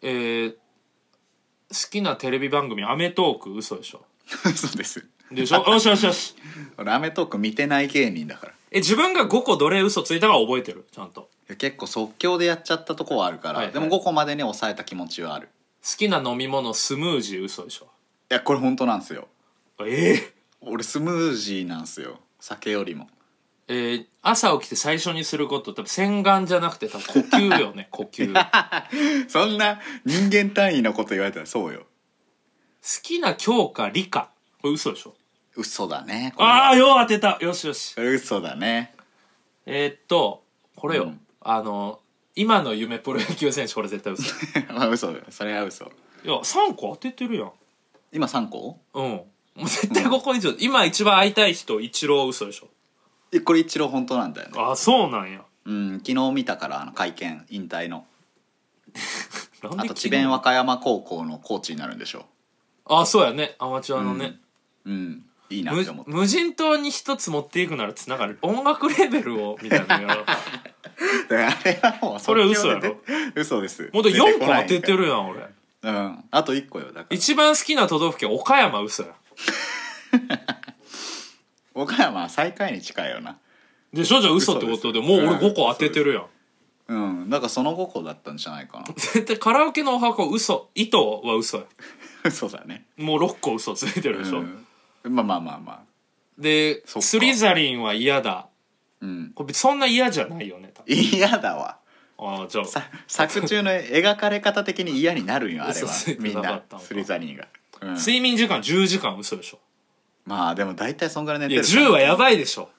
Speaker 1: えー、好きなテレビ番組「アメトーク」嘘でしょ
Speaker 2: そうです
Speaker 1: でし ょよしよしよし
Speaker 2: 俺『アメトーク』見てない芸人だからい
Speaker 1: え自分が5個どれ嘘ついたか覚えてるちゃんと
Speaker 2: や結構即興でやっちゃったとこはあるから、
Speaker 1: はいはい
Speaker 2: でも5個までに抑えた気持ちはある
Speaker 1: 好きな飲み物スムージー嘘でしょ
Speaker 2: いやこれ本当なんですよ
Speaker 1: ええ
Speaker 2: 俺スムージーなんすよ酒よりも
Speaker 1: えー朝起きて最初にすること多分洗顔じゃなくて多分呼吸よね呼 吸好
Speaker 2: そんな人間単位のこと言われたらそうよ
Speaker 1: きな教科理科これ嘘でしょ
Speaker 2: 嘘だねこれ
Speaker 1: ああよう当てたよしよし
Speaker 2: これ嘘だね
Speaker 1: えーっとこれよ、
Speaker 2: うん
Speaker 1: あの今の夢プロ野球選手これ絶対嘘
Speaker 2: まあ嘘よそれは嘘
Speaker 1: いや3個当ててるやん
Speaker 2: 今3個
Speaker 1: うんもう絶対ここ以上、今一番会いたい人イチロー嘘でしょ
Speaker 2: えこれ一郎本当なんだよね
Speaker 1: あそうなんや
Speaker 2: うん昨日見たからあの会見引退の
Speaker 1: なん
Speaker 2: あ
Speaker 1: で昨
Speaker 2: と
Speaker 1: 日
Speaker 2: 智弁和歌山高校のコーチになるんでしょ
Speaker 1: あそうやねアマチュアのね、
Speaker 2: うんいいなって
Speaker 1: 無
Speaker 2: 思った
Speaker 1: 無人島に一つ持っていくならつながる音楽レベル をみたいなのやろう
Speaker 2: あれはもう
Speaker 1: それ嘘やろ
Speaker 2: 即興で出て嘘です
Speaker 1: もうだ
Speaker 2: 出
Speaker 1: 4
Speaker 2: こ
Speaker 1: 個
Speaker 2: な
Speaker 1: 当
Speaker 2: い
Speaker 1: ててるやん俺
Speaker 2: うんあと1個よだから
Speaker 1: 一番好きな都道府県岡山嘘や
Speaker 2: 岡山は最下位に近いよな
Speaker 1: でしょじゃあ嘘ってことで
Speaker 2: 嘘です
Speaker 1: もう俺
Speaker 2: うん
Speaker 1: 5個当ててるやん
Speaker 2: うんだからその5個だったんじゃないかな
Speaker 1: 絶対カラオケのお箱嘘糸は嘘や
Speaker 2: 嘘だね
Speaker 1: もう6個嘘ついてるでしょ、
Speaker 2: うんまあまあまあまあ
Speaker 1: で
Speaker 2: そっか
Speaker 1: スリザリンは嫌だ
Speaker 2: うん
Speaker 1: これそんな嫌じゃないよね多分
Speaker 2: 嫌だわ
Speaker 1: ああじゃあ
Speaker 2: さ作中の描かれ方的に嫌になるんよあれ
Speaker 1: 嘘
Speaker 2: は
Speaker 1: ついて
Speaker 2: みん
Speaker 1: なか
Speaker 2: な
Speaker 1: ったのか
Speaker 2: スリザリンが、うん
Speaker 1: 睡眠時間10時間嘘でしょ
Speaker 2: まあでも大体そんぐらい寝
Speaker 1: い
Speaker 2: て
Speaker 1: や
Speaker 2: る
Speaker 1: 10はやばいでしょ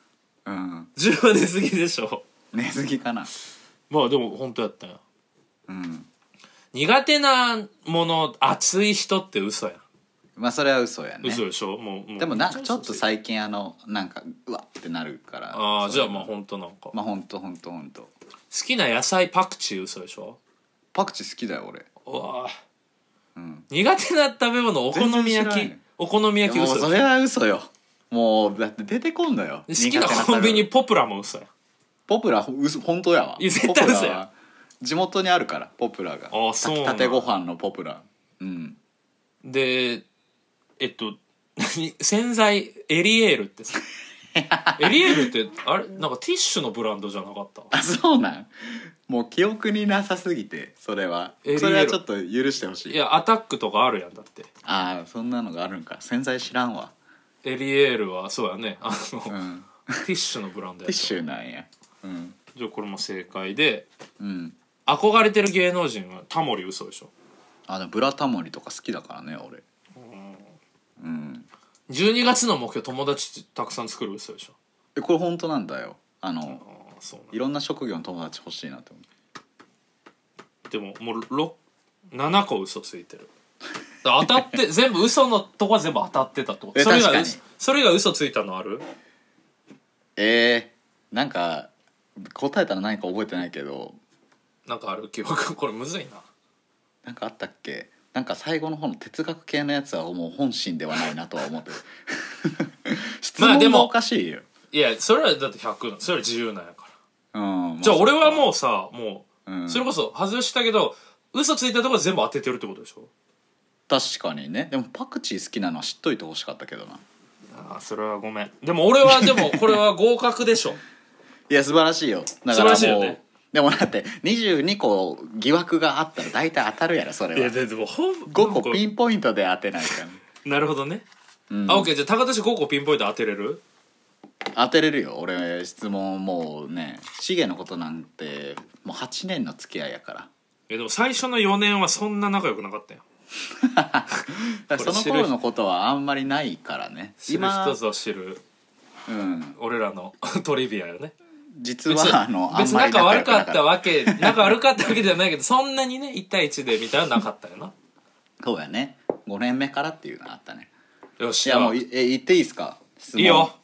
Speaker 2: うん
Speaker 1: 10は出過ぎでしょ
Speaker 2: 寝すぎかな
Speaker 1: まあでも本当やったよ
Speaker 2: うん
Speaker 1: 苦手なもの熱い人って嘘やん
Speaker 2: まあそれは嘘やね
Speaker 1: 嘘でしょもうもう
Speaker 2: でもなんかちょっと
Speaker 1: 最
Speaker 2: 最近あのなんかうわってなるから
Speaker 1: ああじゃあまあ
Speaker 2: ほん
Speaker 1: 本当なんか、好
Speaker 2: まあほんとほんとほんと
Speaker 1: きな野菜パクチー嘘でしょ
Speaker 2: パクチー好きだよ俺
Speaker 1: うわあ
Speaker 2: うん
Speaker 1: 苦手な食べ物お好み
Speaker 2: 全然
Speaker 1: 焼
Speaker 2: 知らない
Speaker 1: き
Speaker 2: ね
Speaker 1: お好み焼き
Speaker 2: も
Speaker 1: 嘘
Speaker 2: う
Speaker 1: でし
Speaker 2: そ
Speaker 1: ょ
Speaker 2: れは嘘よもうだって出てこんのよ
Speaker 1: 好きなコンビニ
Speaker 2: 苦手食べ物
Speaker 1: ポプラも嘘や
Speaker 2: ポプラほ嘘本当やわ
Speaker 1: いや絶対嘘や
Speaker 2: ポプラは地元にあるからポプラが
Speaker 1: あそうなん
Speaker 2: 炊きたてご飯のポプラうん
Speaker 1: でえっと何洗剤エリエールって さエリエールってあれなんかティッシュのブランドじゃなかった
Speaker 2: あそうなんもう記憶になさすぎてそれは
Speaker 1: エリエール
Speaker 2: それはちょっと許してほし
Speaker 1: い
Speaker 2: い
Speaker 1: やアタックとかあるやんだって
Speaker 2: ああそんなのがあるんか洗剤知らんわ
Speaker 1: エリエールはそうやねあの、
Speaker 2: う
Speaker 1: テ
Speaker 2: ん
Speaker 1: ィッシュのブランド
Speaker 2: テ
Speaker 1: や
Speaker 2: ィッ
Speaker 1: った
Speaker 2: シュなんやうん
Speaker 1: じゃあこれも正解で
Speaker 2: うん
Speaker 1: 憧れてる芸能人はタモリ嘘でしょ
Speaker 2: あのブラタモリとか好きだからね俺うん
Speaker 1: 12月の目標友達たくさん作る嘘でしょ
Speaker 2: えこれ本当なんだよあ
Speaker 1: あ
Speaker 2: の
Speaker 1: あそうない
Speaker 2: ろんな職業の友達欲しいなって思
Speaker 1: んでももうろ7個嘘つい てるだから当たって全部嘘のとこは全部当たってたってこと
Speaker 2: え
Speaker 1: それ
Speaker 2: 確
Speaker 1: が
Speaker 2: かに
Speaker 1: 嘘それが嘘ついたのある
Speaker 2: えー、なんか答えたら何か覚えてないけど
Speaker 1: なんかある記憶 これむずいな
Speaker 2: なんかあったっけなんか最後の方の哲学系のやつはもう本心ではないなとは思 ってる質
Speaker 1: まあで
Speaker 2: 問
Speaker 1: も
Speaker 2: がおかしいよ、
Speaker 1: いやそれはだって100なそれは自由なんやから
Speaker 2: うん
Speaker 1: じゃあ俺はもうさも
Speaker 2: う
Speaker 1: うんそれこそ外したけど嘘ついたとこは全部当ててるってことでしょ
Speaker 2: 確かにねでもパクチー好きなのは知っといてほしかったけどな
Speaker 1: ああそれはごめんでも俺はでもこれは合格でしょ
Speaker 2: いや素晴らしいよだ
Speaker 1: 素晴らしいよね
Speaker 2: でもだって22個疑惑があったら大体当たるやろそれ
Speaker 1: いや
Speaker 2: は
Speaker 1: ででもほん
Speaker 2: 5個ピンポイントで当てないから、
Speaker 1: なるほどね、
Speaker 2: うん
Speaker 1: あオッケーじゃあ高田氏5個ピンポイント当てれる
Speaker 2: 当てれるよ俺質問もうねシゲのことなんてもう8年の付き合いやから
Speaker 1: いやでも最初の4年はそんな仲良くなかったよ
Speaker 2: だから
Speaker 1: これ知
Speaker 2: そ
Speaker 1: る
Speaker 2: の頃のことはあんまりないからね
Speaker 1: 知る人ぞ知る
Speaker 2: うん、
Speaker 1: 俺らの トリビアよね
Speaker 2: 実はあのあん
Speaker 1: 別に
Speaker 2: まり
Speaker 1: 仲
Speaker 2: 仲良
Speaker 1: 悪
Speaker 2: くな
Speaker 1: か
Speaker 2: かっ
Speaker 1: ったたわけ仲悪かったわけじゃないけどそんなにね1対1でみたいなのなかったよな
Speaker 2: そうやね5年目からっていうのがあったね
Speaker 1: よし
Speaker 2: いやもう
Speaker 1: い
Speaker 2: いえ言っていいですか質
Speaker 1: いよ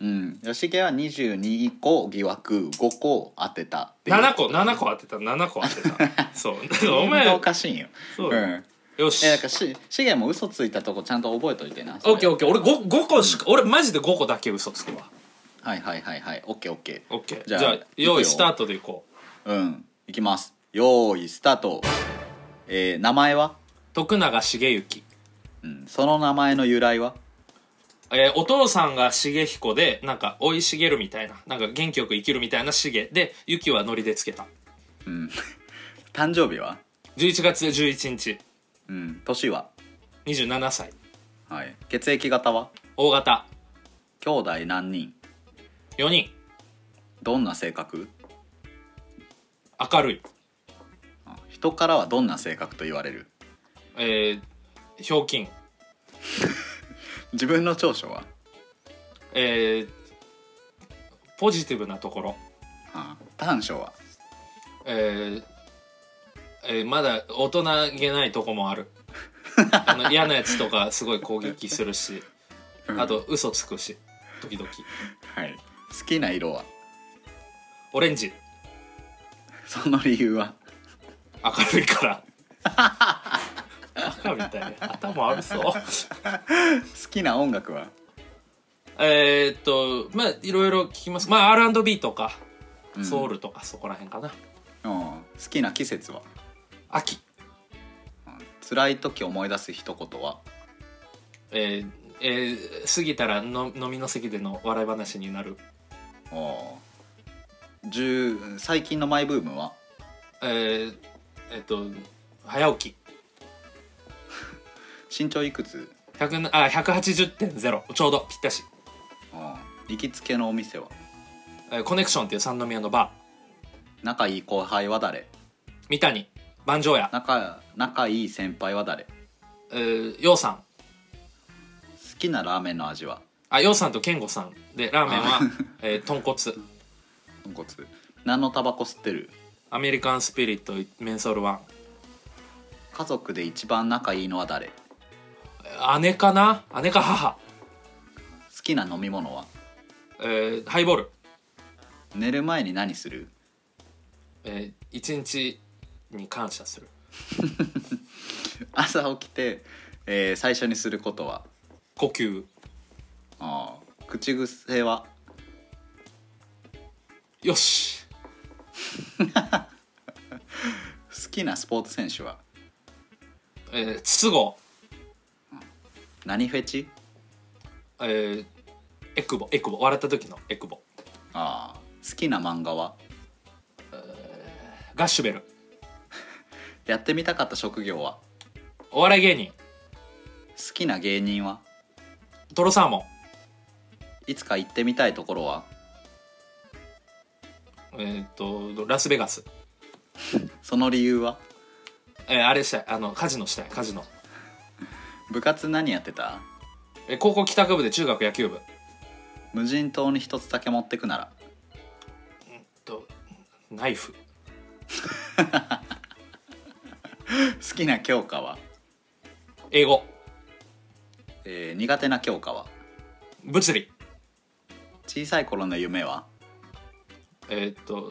Speaker 2: うん吉毛は22個疑惑5個当てたっていう
Speaker 1: 7個7個当てた7個当て たそう だからお
Speaker 2: 人間が
Speaker 1: 前
Speaker 2: おかしいんよ
Speaker 1: そううんよし
Speaker 2: えだからしシゲも嘘ついたとこちゃんと覚えといてなそれ
Speaker 1: オッケーオッケー俺 5, 5個しか俺マジで5個だけ嘘つくわ
Speaker 2: はいはいはいはいオッケーオッケー
Speaker 1: オッケーじ
Speaker 2: じ
Speaker 1: ゃ
Speaker 2: ゃ
Speaker 1: あ
Speaker 2: あ
Speaker 1: 用
Speaker 2: いく
Speaker 1: 意
Speaker 2: よ
Speaker 1: スタートでいこう
Speaker 2: うんいきます用意スタートえー、名前は、
Speaker 1: 徳永茂之
Speaker 2: うん、その名前の由来は
Speaker 1: えーお父さんが重彦でなんか追い茂るみたいななんか元気よく生きるみたいな茂で「雪はノリでつけた
Speaker 2: 誕生日は
Speaker 1: 11月11日
Speaker 2: うん年は
Speaker 1: 27歳
Speaker 2: はい血液型は
Speaker 1: 大型
Speaker 2: 兄弟何人
Speaker 1: 4人
Speaker 2: どんな性格
Speaker 1: 明るい、
Speaker 2: あ人からはどんな性格と言われる
Speaker 1: えー、ひょうきん、
Speaker 2: 自分の長所は、
Speaker 1: えー、ポジティブなところ、
Speaker 2: あ短所は
Speaker 1: えーえーまだ大人げないとこもあるあ の嫌なやつとかすごい攻撃するしあと嘘つくし時々
Speaker 2: はい好きな色は
Speaker 1: オレンジ
Speaker 2: その理由は
Speaker 1: 明るいから バカみたいね頭悪そう
Speaker 2: 好きな音楽は
Speaker 1: えーっとまあいろいろ聞きますまあ R&B とか
Speaker 2: うん
Speaker 1: ソウルとかそこら辺かな、
Speaker 2: うん好きな季節は
Speaker 1: 秋
Speaker 2: うん辛い時思い出す一言は
Speaker 1: えーえー過ぎたらの飲みの席での笑い話になる、
Speaker 2: おー10最近のマイブームは
Speaker 1: えーえーっと早起き
Speaker 2: 身長いくつ
Speaker 1: 100あ180.0ちょうどぴったし、
Speaker 2: うん行きつけのお店は
Speaker 1: えーコネクションっていう三宮のバ
Speaker 2: 仲いい後輩は誰
Speaker 1: ー三谷万丈屋
Speaker 2: 仲仲いい先輩は誰好
Speaker 1: えー洋さん
Speaker 2: きなラーメンの味は
Speaker 1: あ洋さんと健吾さんでラーメンは
Speaker 2: あ、
Speaker 1: えー豚骨
Speaker 2: 豚骨何のタバコ吸ってる
Speaker 1: アメリカンスピリットメンソールワ
Speaker 2: 家族で一番仲いいのは誰好
Speaker 1: ン姉かな姉か母、
Speaker 2: きな飲み物は
Speaker 1: えーハイボール、
Speaker 2: 寝る前に何する
Speaker 1: えー、1日に感謝する
Speaker 2: 朝起きて、えー最初にすることは
Speaker 1: 呼吸
Speaker 2: あー口癖は
Speaker 1: よし
Speaker 2: 好きなスポーツ選手は
Speaker 1: えー筒子、
Speaker 2: 何フェチ
Speaker 1: えーエクボエクボ笑った時のエクボ
Speaker 2: あー好きな漫画は
Speaker 1: ガッシュベル
Speaker 2: やってみたかった職業は
Speaker 1: お笑い芸人
Speaker 2: 好きな芸人は
Speaker 1: トロサーモ
Speaker 2: いつか行ってみたいところは
Speaker 1: ンえーっとラスベガス、
Speaker 2: その理由は
Speaker 1: えーあれしたいあのカジノしたいカジノ、
Speaker 2: 部活何やってた
Speaker 1: えー高校帰宅部で中学野球部
Speaker 2: 無人島に一つだけ持ってくなら
Speaker 1: とナイフ
Speaker 2: 好きな教科は、
Speaker 1: 英語
Speaker 2: えー苦手な教科は
Speaker 1: 物理
Speaker 2: 小さい頃の夢は
Speaker 1: えーっと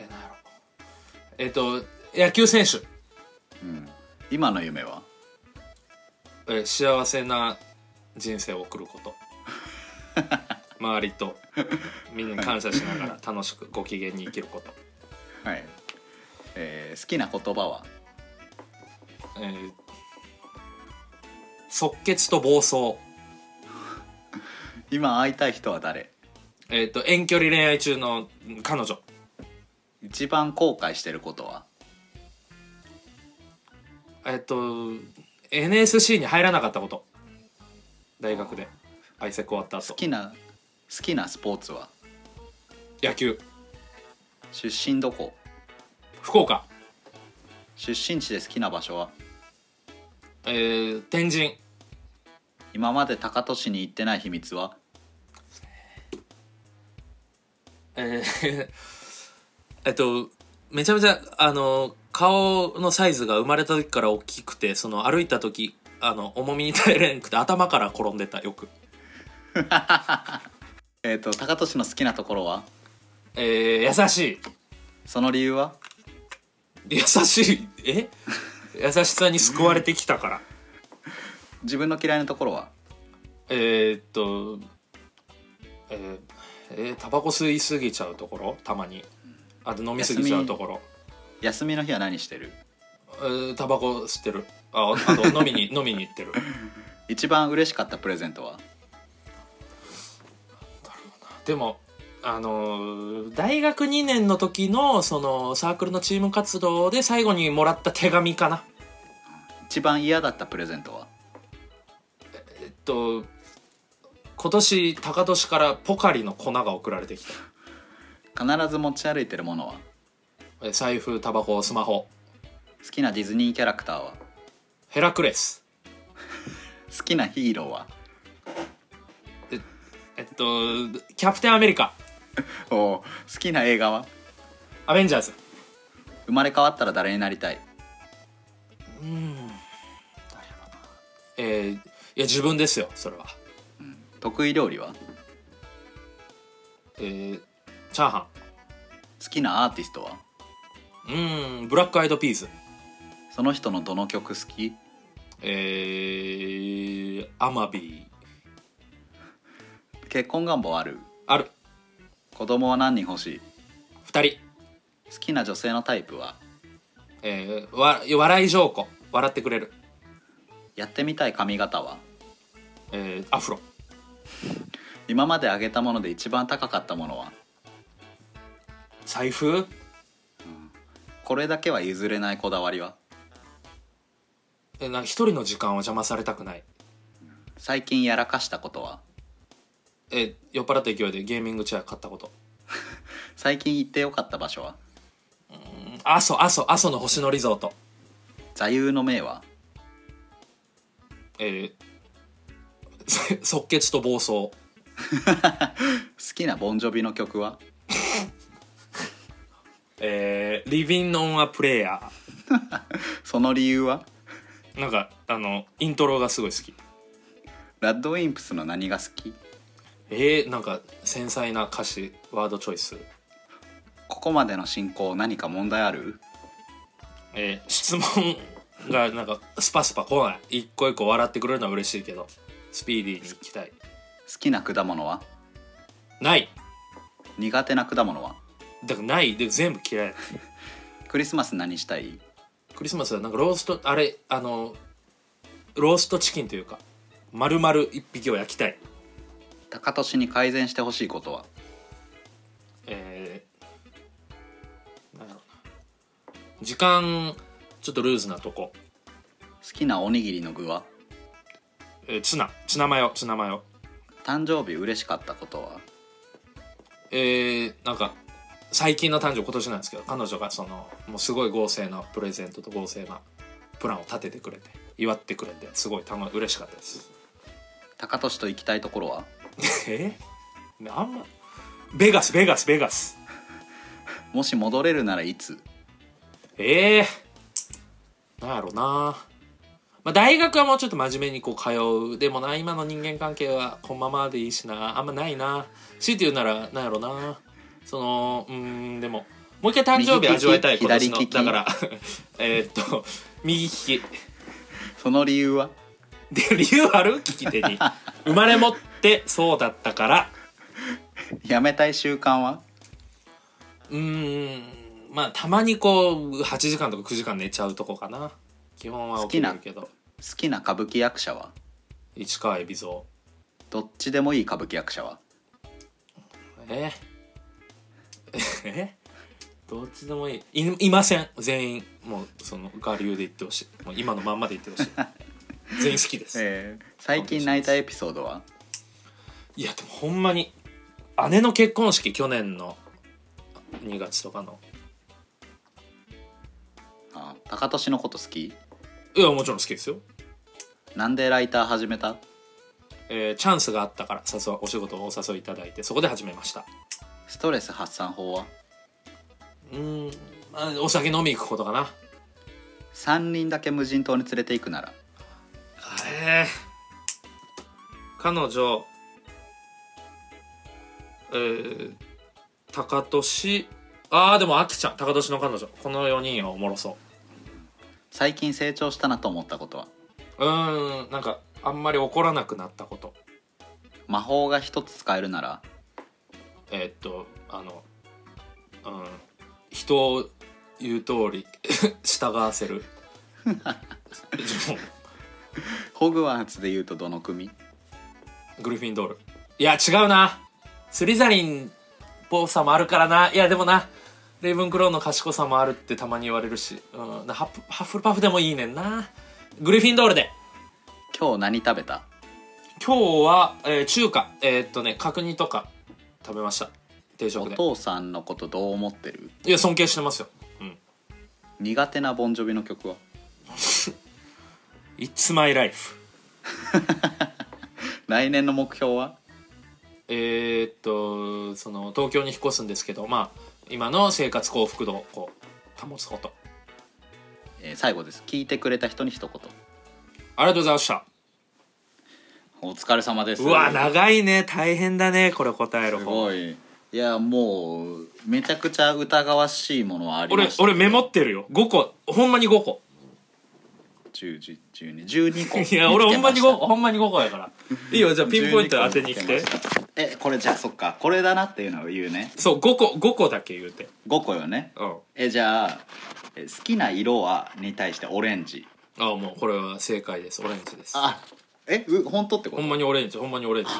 Speaker 1: えー、なんやろえーっと野球選手、
Speaker 2: 今の夢は
Speaker 1: えー幸せな人生を送ること周りとみんなに感謝しながら楽しくご機嫌に生きること、
Speaker 2: はい、えー好きな言葉は
Speaker 1: えー即決と暴走
Speaker 2: 今会いたい人は誰
Speaker 1: えーっと遠距離恋愛中のうん彼女
Speaker 2: 一番後悔してることは
Speaker 1: えーっと NSC に入らなかったこと大学で愛席終わった後
Speaker 2: 好きな好きなスポーツは
Speaker 1: 野球
Speaker 2: 出身どこ
Speaker 1: 福岡
Speaker 2: 出身地で好きな場所は
Speaker 1: えー天神
Speaker 2: 今まで高利市に行ってない秘密は
Speaker 1: えー えっとめちゃめちゃあの顔のサイズが生まれた時から大きくてその歩いた時あの重みに耐えれなくて頭から転んでたよく
Speaker 2: えっ、と高利市の好きなところは
Speaker 1: えー優し
Speaker 2: その理由はい
Speaker 1: 優しいえ優しさに救われてきたから
Speaker 2: 自分の嫌いなところは
Speaker 1: えーっとえーえータバコ吸いすぎちゃうところたまにあと飲みすぎちゃうところ
Speaker 2: 休みの日は何してる
Speaker 1: えータバコ吸ってるああと飲みに飲みに行ってる
Speaker 2: 一番嬉しかったプレゼントは
Speaker 1: でもあのー大学2年の時のそのサークルのチーム活動で最後にもらった手紙かな
Speaker 2: 一番嫌だったプレゼントは
Speaker 1: えっと今年高年からポカリの粉が送られてきた
Speaker 2: 必ず持ち歩いてるものは
Speaker 1: え財布タバコスマホ
Speaker 2: 好きなディズニーキャラクターは
Speaker 1: ヘラクレス
Speaker 2: 好きなヒーローは
Speaker 1: えっとキャプテンアメリカ
Speaker 2: おー好きな映画は
Speaker 1: アベンジャーズ
Speaker 2: 生まれ変わったら誰になりたい
Speaker 1: えー、いや自分ですよそれは
Speaker 2: 得意料理は
Speaker 1: えー、チャーハ
Speaker 2: 好きなアーティストは
Speaker 1: ンうーんブラックアイドピーズ
Speaker 2: その人のどの曲好き
Speaker 1: えー、アマビー
Speaker 2: 結婚願望ある
Speaker 1: ある
Speaker 2: 子供は何人欲しい
Speaker 1: 2人
Speaker 2: 好きな女性のタイプは
Speaker 1: えー、わ笑い上戸笑ってくれる
Speaker 2: やってみたい髪型は
Speaker 1: えー、アフロ
Speaker 2: 今まであげたもので一番高かったものは
Speaker 1: 財布
Speaker 2: これだけは譲れないこだわりは
Speaker 1: えーなんか一人の時間を邪魔されたくない
Speaker 2: 最近やらかしたことは
Speaker 1: えー、酔っ払った勢いでゲーミングチェア買ったこと
Speaker 2: 最近行ってよかった場所は
Speaker 1: うん阿蘇阿蘇阿蘇の星野リゾート
Speaker 2: 座右の銘は
Speaker 1: えー、即決と暴走
Speaker 2: 好きなボンジョビの曲は
Speaker 1: えー、リビン・ノン・ア・プレイヤー
Speaker 2: その理由は
Speaker 1: なんかあのイントロがすごい好き
Speaker 2: ラッドウィンプスの何が好き
Speaker 1: えー、なんか繊細な歌詞ワードチョイス
Speaker 2: ここまでの進行何か問題ある
Speaker 1: えー、質問がなんかスパスパ来ない一個一個笑ってくれるのは嬉しいけどスピーディーに行きたい
Speaker 2: 好きな果物は
Speaker 1: ない
Speaker 2: 苦手な果物は
Speaker 1: だからないで全部嫌い
Speaker 2: クリスマス何したい
Speaker 1: クリスマスはなんかローストあれあのローストチキンというか丸々一匹を焼きたい
Speaker 2: 高年に改善してほしいことは
Speaker 1: えー、なんだろうな時間ちょっとルーズなとこ、
Speaker 2: 好きなおにぎりの具は
Speaker 1: えー、ツナツナマヨツナマヨ
Speaker 2: 誕生日嬉しかったことは
Speaker 1: えー、なんか最近の誕生今年なんですけど彼女がそのもうすごい豪勢なプレゼントと豪勢なプランを立ててくれて祝ってくれてすごいたま嬉しかったです
Speaker 2: 高年と行きたいところは
Speaker 1: えー、あんまベガスベガスベガス
Speaker 2: もし戻れるならいつ
Speaker 1: ええー、なんやろうな、まあ、大学はもうちょっと真面目にこう通うでもな今の人間関係はこのままでいいしなあんまないな強いて言うならなんやろうなそのうーんでももう一回誕生日味わいたい
Speaker 2: 右
Speaker 1: 今年
Speaker 2: 利き
Speaker 1: の
Speaker 2: 左利き
Speaker 1: だから えーっと右利き
Speaker 2: その理由は
Speaker 1: で理由ある利き手に生まれ持ってそうだったから
Speaker 2: やめたい習慣は
Speaker 1: うーんまあたまにこう8時間とか9時間寝ちゃうとこかな基本は起きれるけど
Speaker 2: 好きな歌舞伎役者は
Speaker 1: 市川海老蔵
Speaker 2: どっちでもいい歌舞伎役者は
Speaker 1: え えどっちでもいいいいません全員もうその我流で言ってほしいもう今のまんまで言ってほ しい全員好きです、
Speaker 2: えー最近泣いたエピソードはい
Speaker 1: やでもほんまに姉の結婚式去年の2月とかの
Speaker 2: あ高年のこと好き
Speaker 1: いやもちろん好きですよ、
Speaker 2: なんでライター始めた
Speaker 1: えーチャンスがあったから誘わお仕事をお誘いいただいてそこで始めました
Speaker 2: ストレス発散法は
Speaker 1: うーん、まあ、お酒飲み行くことかな
Speaker 2: 3人だけ無人島に連れて行くなら
Speaker 1: えー彼女えー、高俊ああでもあきちゃん高俊の彼女この4人はおもろそ
Speaker 2: 最近成長したなと思ったことは
Speaker 1: ううーんなんかあんまり怒らなくなったこと
Speaker 2: 魔法が一つ使えるなら
Speaker 1: えーっとあのうん人を言う通り 従わせるでも
Speaker 2: ホグワーツで言うとどの組
Speaker 1: グリフィンドールいや違うなスリザリンっぽさもあるからないやでもなレイブンクローの賢さもあるってたまに言われるし、うん、なハップハッフルパフでもいいねんなグリフィンドールで
Speaker 2: 今日何食べた
Speaker 1: 今日は、えー中華えーっとね角煮とか食べました定食
Speaker 2: お
Speaker 1: で
Speaker 2: 父さんのことどう思ってる
Speaker 1: いや尊敬してますよ、うん、
Speaker 2: 苦手なボンジョビの曲は
Speaker 1: It's my life
Speaker 2: 来年の目標は
Speaker 1: えーっとその東京に引っ越すんですけどまあ今の生活幸福度をこう保つこと
Speaker 2: えー最後です聞いてくれた人に一言
Speaker 1: ありがとうございました
Speaker 2: お疲れ様です
Speaker 1: うわ長いね大変だねこれ答える
Speaker 2: す
Speaker 1: 方
Speaker 2: ごいいやもうめちゃくちゃ疑わしいものはありま
Speaker 1: 俺
Speaker 2: した
Speaker 1: 俺メモってるよ5個ほんまに5個
Speaker 2: 10 12 12個
Speaker 1: いや俺ほんまに
Speaker 2: 見つけ
Speaker 1: 5個ほんまに5個や からいいよじゃあピンポイント当てに来て
Speaker 2: 12個見つけましたえこれじゃあそっかこれだなっていうのを言うね
Speaker 1: そう5個5個だけ言うて
Speaker 2: 5個よね
Speaker 1: うんあ
Speaker 2: えじゃあえ好きな色はに対してオレンジ
Speaker 1: もうこれは正解ですオレンジです
Speaker 2: あえう本当ってこ
Speaker 1: ほ
Speaker 2: と
Speaker 1: んまにオレンジほんまにオレンジ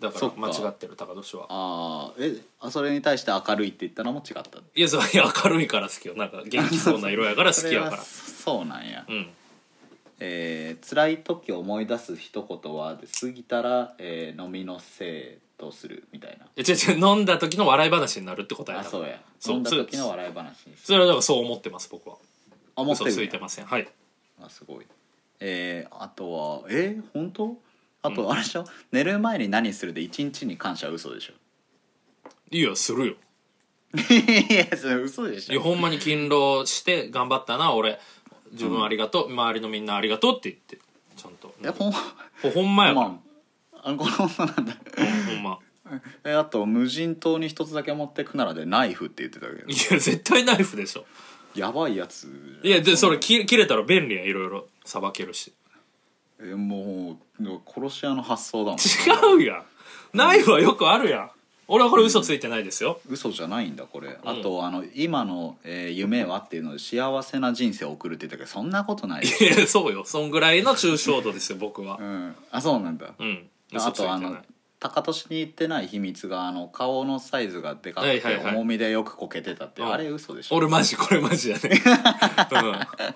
Speaker 1: だか
Speaker 2: そ
Speaker 1: ら
Speaker 2: っか
Speaker 1: 間違ってる高年は
Speaker 2: ああえあそれに対して明るいって言ったのも違った
Speaker 1: いやそういや明るいから好きよなんか元気そうな色やから好きやか
Speaker 2: それは
Speaker 1: ら
Speaker 2: そうなんや、
Speaker 1: うん
Speaker 2: えー、辛い時を思い出す一言はで過ぎたら、えー飲みのせいとするみたいな
Speaker 1: え違う違う飲んだ時の笑い話になるって答えだ
Speaker 2: あ
Speaker 1: から
Speaker 2: そうや
Speaker 1: そう
Speaker 2: 飲んだ時の笑い話にす
Speaker 1: それはだからそう思ってます僕は
Speaker 2: あ持っ
Speaker 1: 嘘
Speaker 2: てる
Speaker 1: つ
Speaker 2: ん
Speaker 1: い
Speaker 2: や
Speaker 1: てませんはい
Speaker 2: あすごいえー、あとはえー、本当あとあれでしょ、寝る前に何するで一日に感謝は嘘でしょ
Speaker 1: いやするよ
Speaker 2: いやそれ嘘で
Speaker 1: い
Speaker 2: し
Speaker 1: や
Speaker 2: ょ
Speaker 1: ほんまに勤労して頑張ったな俺自分ありがとう、周りのみんなありがとうって言ってちゃんと
Speaker 2: えほん
Speaker 1: ほほんまやから、
Speaker 2: まああこれほんまなんだ
Speaker 1: ほんま
Speaker 2: えあと無人島に一つだけ持ってくならでナイフって言ってたけど
Speaker 1: いや絶対ナイフでしょ
Speaker 2: やばいやつ
Speaker 1: いやでそれ切切れたら便利やいろいろさばけるし
Speaker 2: えもう殺し屋の発想だもん
Speaker 1: 違うやんナイフはよくあるやん俺はこれ嘘ついてないですよ、
Speaker 2: 嘘じゃないんだこれ、あとあの今の、えー夢はっていうので幸せな人生を送るって言ったけどそんなこと ないよ、
Speaker 1: いやそうよそんぐらいの抽象度ですよ僕は
Speaker 2: うん、あそうなんだ、
Speaker 1: うん嘘
Speaker 2: あ
Speaker 1: ついて
Speaker 2: とあ
Speaker 1: ない
Speaker 2: の高俊に言ってない秘密があの顔のサイズがでかくて、
Speaker 1: はいはいはい
Speaker 2: 重みでよくこけてたって、
Speaker 1: うん
Speaker 2: あれ嘘でしょ
Speaker 1: 俺マジこれマジや ね、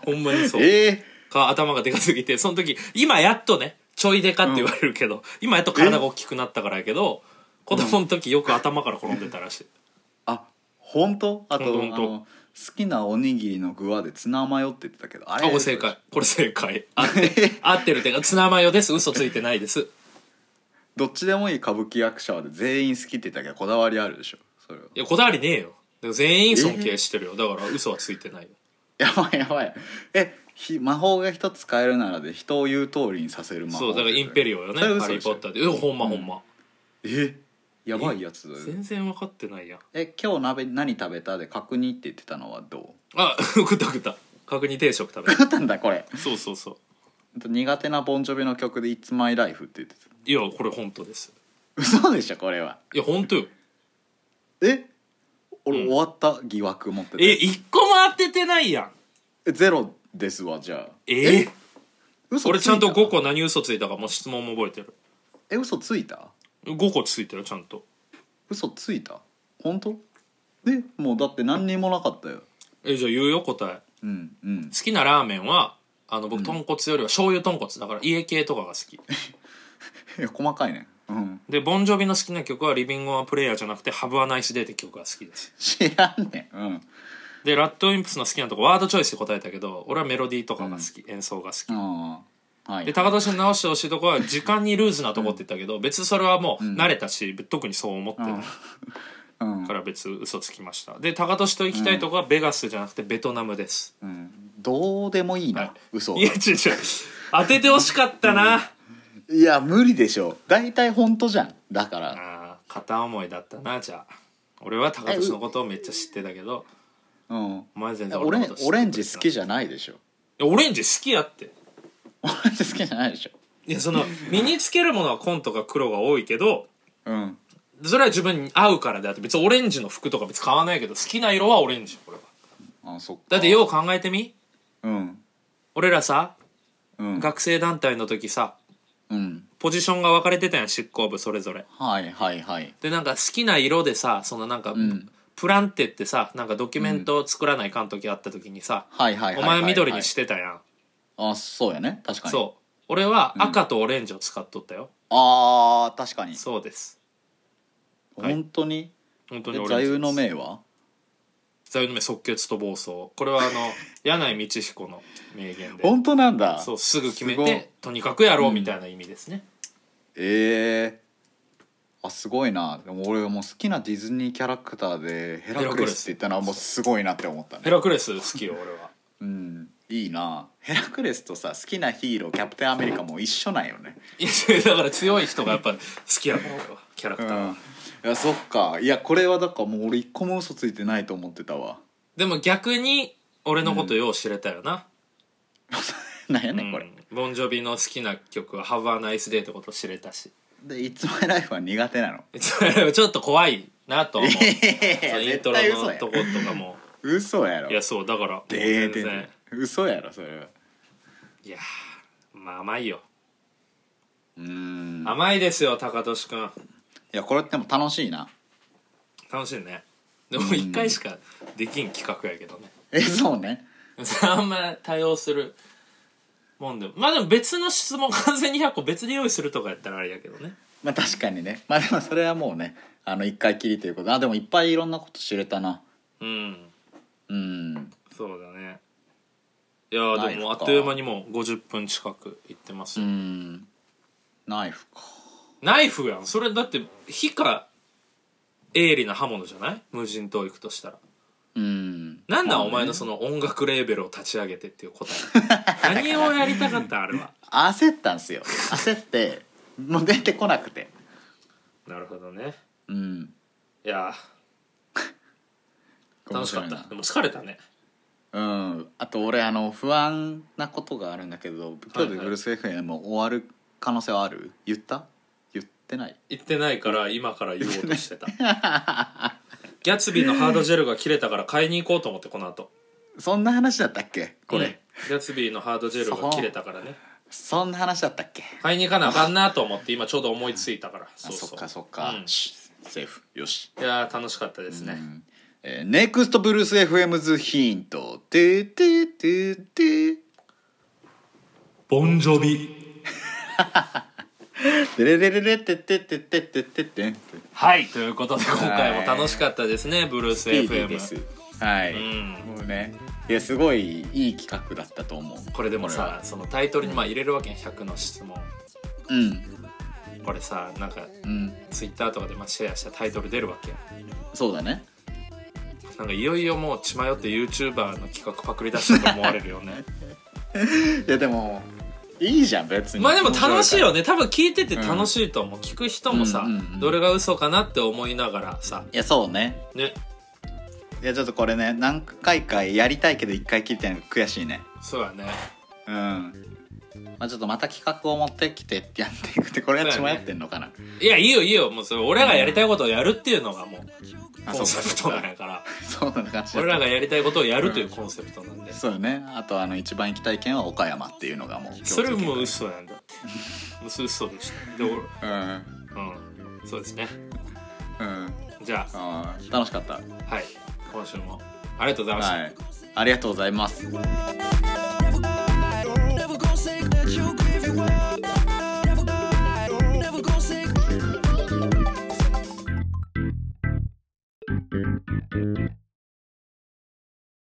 Speaker 1: うん、ほんまにそう
Speaker 2: え
Speaker 1: か頭がでかすぎてその時今やっとねちょいでかって言われるけど、今やっと体が大きくなったからやけど子供の時よく頭から転んでたらしい、
Speaker 2: ー、あ本当あ
Speaker 1: ほ
Speaker 2: と
Speaker 1: んとほんと
Speaker 2: あの好きなおにぎりの具はでツナマヨって言ってたけどあ
Speaker 1: あ
Speaker 2: れ
Speaker 1: これ正解これ正解合って 合ってるっていうかツナマヨです嘘ついてないです
Speaker 2: どっちでもいい歌舞伎役者はで全員好きって言ったけどこだわりあるでしょそれはい
Speaker 1: やこだわりねえよでも全員尊敬してるよだから嘘はついてないよ
Speaker 2: やばいやばいえひ魔法が一つ使えるならで人を言う通りにさせる魔法
Speaker 1: そうだからインペリオよね「
Speaker 2: それ嘘
Speaker 1: ハリー・ポッター」で「うんほんまほんま、
Speaker 2: えやばいやつだよ
Speaker 1: 全然分かってないやん
Speaker 2: え今日鍋何食べたで角煮って言ってたのはどう
Speaker 1: あ 食った食った角煮定食食べ
Speaker 2: 食ったんだこれ
Speaker 1: たそうそうそう
Speaker 2: 苦手なボンジョビの曲で「It's My Life」って言ってた
Speaker 1: いやこれ本当です
Speaker 2: 嘘でしょこれはい
Speaker 1: や本当よ
Speaker 2: え俺、
Speaker 1: うん
Speaker 2: 終わった疑惑持ってた
Speaker 1: え一個も当ててないやん
Speaker 2: えゼロですわじゃあ
Speaker 1: え
Speaker 2: 嘘
Speaker 1: 俺
Speaker 2: つい
Speaker 1: ち
Speaker 2: た
Speaker 1: ゃんと5個何嘘ついたかもう質問も覚えてる
Speaker 2: え嘘ついた
Speaker 1: 5個ついてるちゃんと
Speaker 2: 嘘ついた本当えもうだって何にもなかったよ
Speaker 1: えじゃあ言うよ答え
Speaker 2: うんうん
Speaker 1: 好きなラーメンはあの僕豚骨よりは醤油豚骨だから家系とかが好き
Speaker 2: いや細かいねうん
Speaker 1: でボンジョビの好きな曲は「リビング・オン・プレイヤー」じゃなくて「ハブ・ア・ナイス・デー」って曲が好きです
Speaker 2: 知らんねんうん
Speaker 1: でラッドウィンプスの好きなとこワードチョイスで答えたけど俺はメロディーとかが好き、演奏が好き
Speaker 2: ああはい
Speaker 1: で高田氏に直してほしいとこは時間にルーズなとこって言ったけど、別にそれはもう慣れたし、特にそう思ってない
Speaker 2: うん
Speaker 1: から別嘘つきましたで高年と行きたいとこはベガスじゃなくてベトナムです、
Speaker 2: うんどうでもいいな、
Speaker 1: はい
Speaker 2: 嘘
Speaker 1: いや違う違う当ててほしかったな、あ
Speaker 2: いや無理でしょ大体本当じゃんだから
Speaker 1: あー片思いだったなじゃあ俺は高年のことをめっちゃ知ってたけど
Speaker 2: うん
Speaker 1: お前全然
Speaker 2: オ
Speaker 1: の
Speaker 2: レ
Speaker 1: こと知って
Speaker 2: オレンジ好き
Speaker 1: じ
Speaker 2: じゃないでしょ
Speaker 1: ゃオレンジ好きやって
Speaker 2: オレンジ好きじゃないでしょ
Speaker 1: いやその身につけるものは紺とか黒が多いけど
Speaker 2: うん
Speaker 1: それは自分に合うからであって別にオレンジの服とか別に買わないけど好きな色はオレンジこれは
Speaker 2: あそっか
Speaker 1: だってよう考えてみ
Speaker 2: うん
Speaker 1: 俺らさ
Speaker 2: うん
Speaker 1: 学生団体の時さ
Speaker 2: うん
Speaker 1: ポジションが分かれてたやん執行部それぞれ
Speaker 2: はいはいはい
Speaker 1: でなんか好きな色でさそのなんか、
Speaker 2: ん
Speaker 1: プランテってさなんかドキュメントを作らないかん時あった時にさ、
Speaker 2: はいはいはいはい、はい、
Speaker 1: お前緑にしてたやん、
Speaker 2: あそうやね確かに
Speaker 1: そう俺は赤とオレンジを使っとったよ、
Speaker 2: あー確かに
Speaker 1: そうですはい
Speaker 2: 本当に
Speaker 1: 本当に
Speaker 2: で
Speaker 1: オ
Speaker 2: 座
Speaker 1: レンジ
Speaker 2: 右の
Speaker 1: です
Speaker 2: 銘は
Speaker 1: 座右の銘即決と暴走これはあの 柳井道彦の名言で
Speaker 2: 本当なんだ
Speaker 1: そうすぐ決め
Speaker 2: すごい
Speaker 1: てとにかくやろうみたいな意味ですね、
Speaker 2: ええあすごいなでも俺がもう好きなディズニーキャラクターでヘラクレスって言ったのはもうすごいなって思った
Speaker 1: ヘ
Speaker 2: ね
Speaker 1: ラクレス好きよ俺 は
Speaker 2: うんいいなヘラクレスとさ好きなヒーローキャプテンアメリカも一緒なんよね
Speaker 1: いやそれだから強い人がやっぱ好きやの俺はキャラ
Speaker 2: う
Speaker 1: ク
Speaker 2: ん
Speaker 1: ターは、
Speaker 2: いやそっかいやこれはだからもう俺一個も嘘ついてないと思ってた わ
Speaker 1: でも逆に俺のことよう知れたよな、
Speaker 2: なんや
Speaker 1: うん
Speaker 2: ねんこれ、
Speaker 1: ボンジョビの好きな曲は「Have a nice day」ってこと知れたし
Speaker 2: で「いつまライフは苦手なの
Speaker 1: それはちょっと怖いなと思う そのイン
Speaker 2: 絶
Speaker 1: トロ
Speaker 2: 対嘘
Speaker 1: の
Speaker 2: や
Speaker 1: とことかも
Speaker 2: 嘘やろ
Speaker 1: いやそうだからもう
Speaker 2: で
Speaker 1: 全
Speaker 2: ーてん
Speaker 1: 然
Speaker 2: てん嘘やろそれはい
Speaker 1: やーまあ甘いよ
Speaker 2: うーん
Speaker 1: 甘いですよ高俊君
Speaker 2: いやこれっても楽しいな
Speaker 1: 楽しいねでも一回しかできん企画やけどね
Speaker 2: えそうね
Speaker 1: あんま対応するもんでもまあでも別の質問完全に100個別に用意するとかやったらあれやけどね
Speaker 2: まあ確かにねまあでもそれはもうねあの一回きりということであでもいっぱいいろんなこと知れたな
Speaker 1: うん
Speaker 2: うん
Speaker 1: そうだねいやー
Speaker 2: ない
Speaker 1: で
Speaker 2: の
Speaker 1: も
Speaker 2: か
Speaker 1: あっという間にもう50分近くいってます
Speaker 2: う
Speaker 1: よ、
Speaker 2: んナイフか
Speaker 1: ナイフやんそれだって火か鋭利な刃物じゃない無人島行くとしたら
Speaker 2: うん
Speaker 1: なんなん
Speaker 2: まあね
Speaker 1: お前のその音楽レーベルを立ち上げてっていう答 え何をやりたかったんあれは
Speaker 2: 焦ったんすよ焦ってもう出てこなくて
Speaker 1: なるほどね
Speaker 2: うん
Speaker 1: いやー楽しかっ
Speaker 2: 面白い
Speaker 1: た
Speaker 2: な
Speaker 1: でも疲れたね
Speaker 2: うんあと俺あの不安なことがあるんだけど今日
Speaker 1: はいは
Speaker 2: で
Speaker 1: い
Speaker 2: ブルース FM も終わる可能性はある言った言ってない
Speaker 1: 行ってないから今から言おうとしてたギャツビーのハードジェルが切れたから買いに行こうと思ってこの後
Speaker 2: そんな話だったっけこれ、
Speaker 1: うんギャツビーのハードジェルが切れたからね
Speaker 2: そんな話だったっけ
Speaker 1: 買いに行かなあかんなと思って今ちょうど思いついたからそう
Speaker 2: あそ
Speaker 1: そ
Speaker 2: っ
Speaker 1: う
Speaker 2: かそっか、
Speaker 1: うん
Speaker 2: しセーフよし
Speaker 1: いやー楽しかったですね、
Speaker 2: うんえーネクストブルース FM ズヒントてーてーてーてー
Speaker 1: ボンジョビ
Speaker 2: てれれれれてってってってってってってん
Speaker 1: はいということで今回も楽しかったですねブルース
Speaker 2: PD で
Speaker 1: FM
Speaker 2: すはい、
Speaker 1: うん
Speaker 2: もうねいやすごいいい企画だったと思う
Speaker 1: これでも
Speaker 2: 俺
Speaker 1: さ
Speaker 2: は
Speaker 1: そのタイトルにまあ入れるわけやん100の質問
Speaker 2: うん
Speaker 1: これさなんか
Speaker 2: うん
Speaker 1: ツイッターとかでまあシェアしたタイトル出るわけやん
Speaker 2: そうだね
Speaker 1: なんかいよいよもう血迷って YouTuber の企画パクリ出したと思われるよ ね
Speaker 2: いやでもいいじゃん別に
Speaker 1: まあでも楽しいよね多分聞いてて楽しいと思う、聞く人もさ、
Speaker 2: うんうんうん
Speaker 1: どれが嘘かなって思いながらさ
Speaker 2: いやそうね
Speaker 1: ね
Speaker 2: いやちょっとこれね何回かやりたいけど一回聞いてないの悔しいね
Speaker 1: そうやね
Speaker 2: うんまあちょっとまた企画を持ってきてってやっていくってこれは血迷ってんのかな、
Speaker 1: いやいいよいいよもうそれ俺らがやりたいことをやるっていうのがもう
Speaker 2: あ
Speaker 1: コン
Speaker 2: そうか
Speaker 1: セプト
Speaker 2: そう
Speaker 1: なん
Speaker 2: か
Speaker 1: やから
Speaker 2: そうな感じだ
Speaker 1: 俺
Speaker 2: っ
Speaker 1: らがやりたいことをやるというコンセプトなんで
Speaker 2: たそうよねあとあの一番行きたい県は岡山っていうのがもう
Speaker 1: それもう
Speaker 2: う
Speaker 1: 嘘なんだってもうそれ嘘でしたで俺
Speaker 2: うん
Speaker 1: うんそうですね
Speaker 2: うん
Speaker 1: じゃ
Speaker 2: あー楽しかった
Speaker 1: あはい今週もありがとうございました、
Speaker 2: はいありがとうございます
Speaker 3: Thank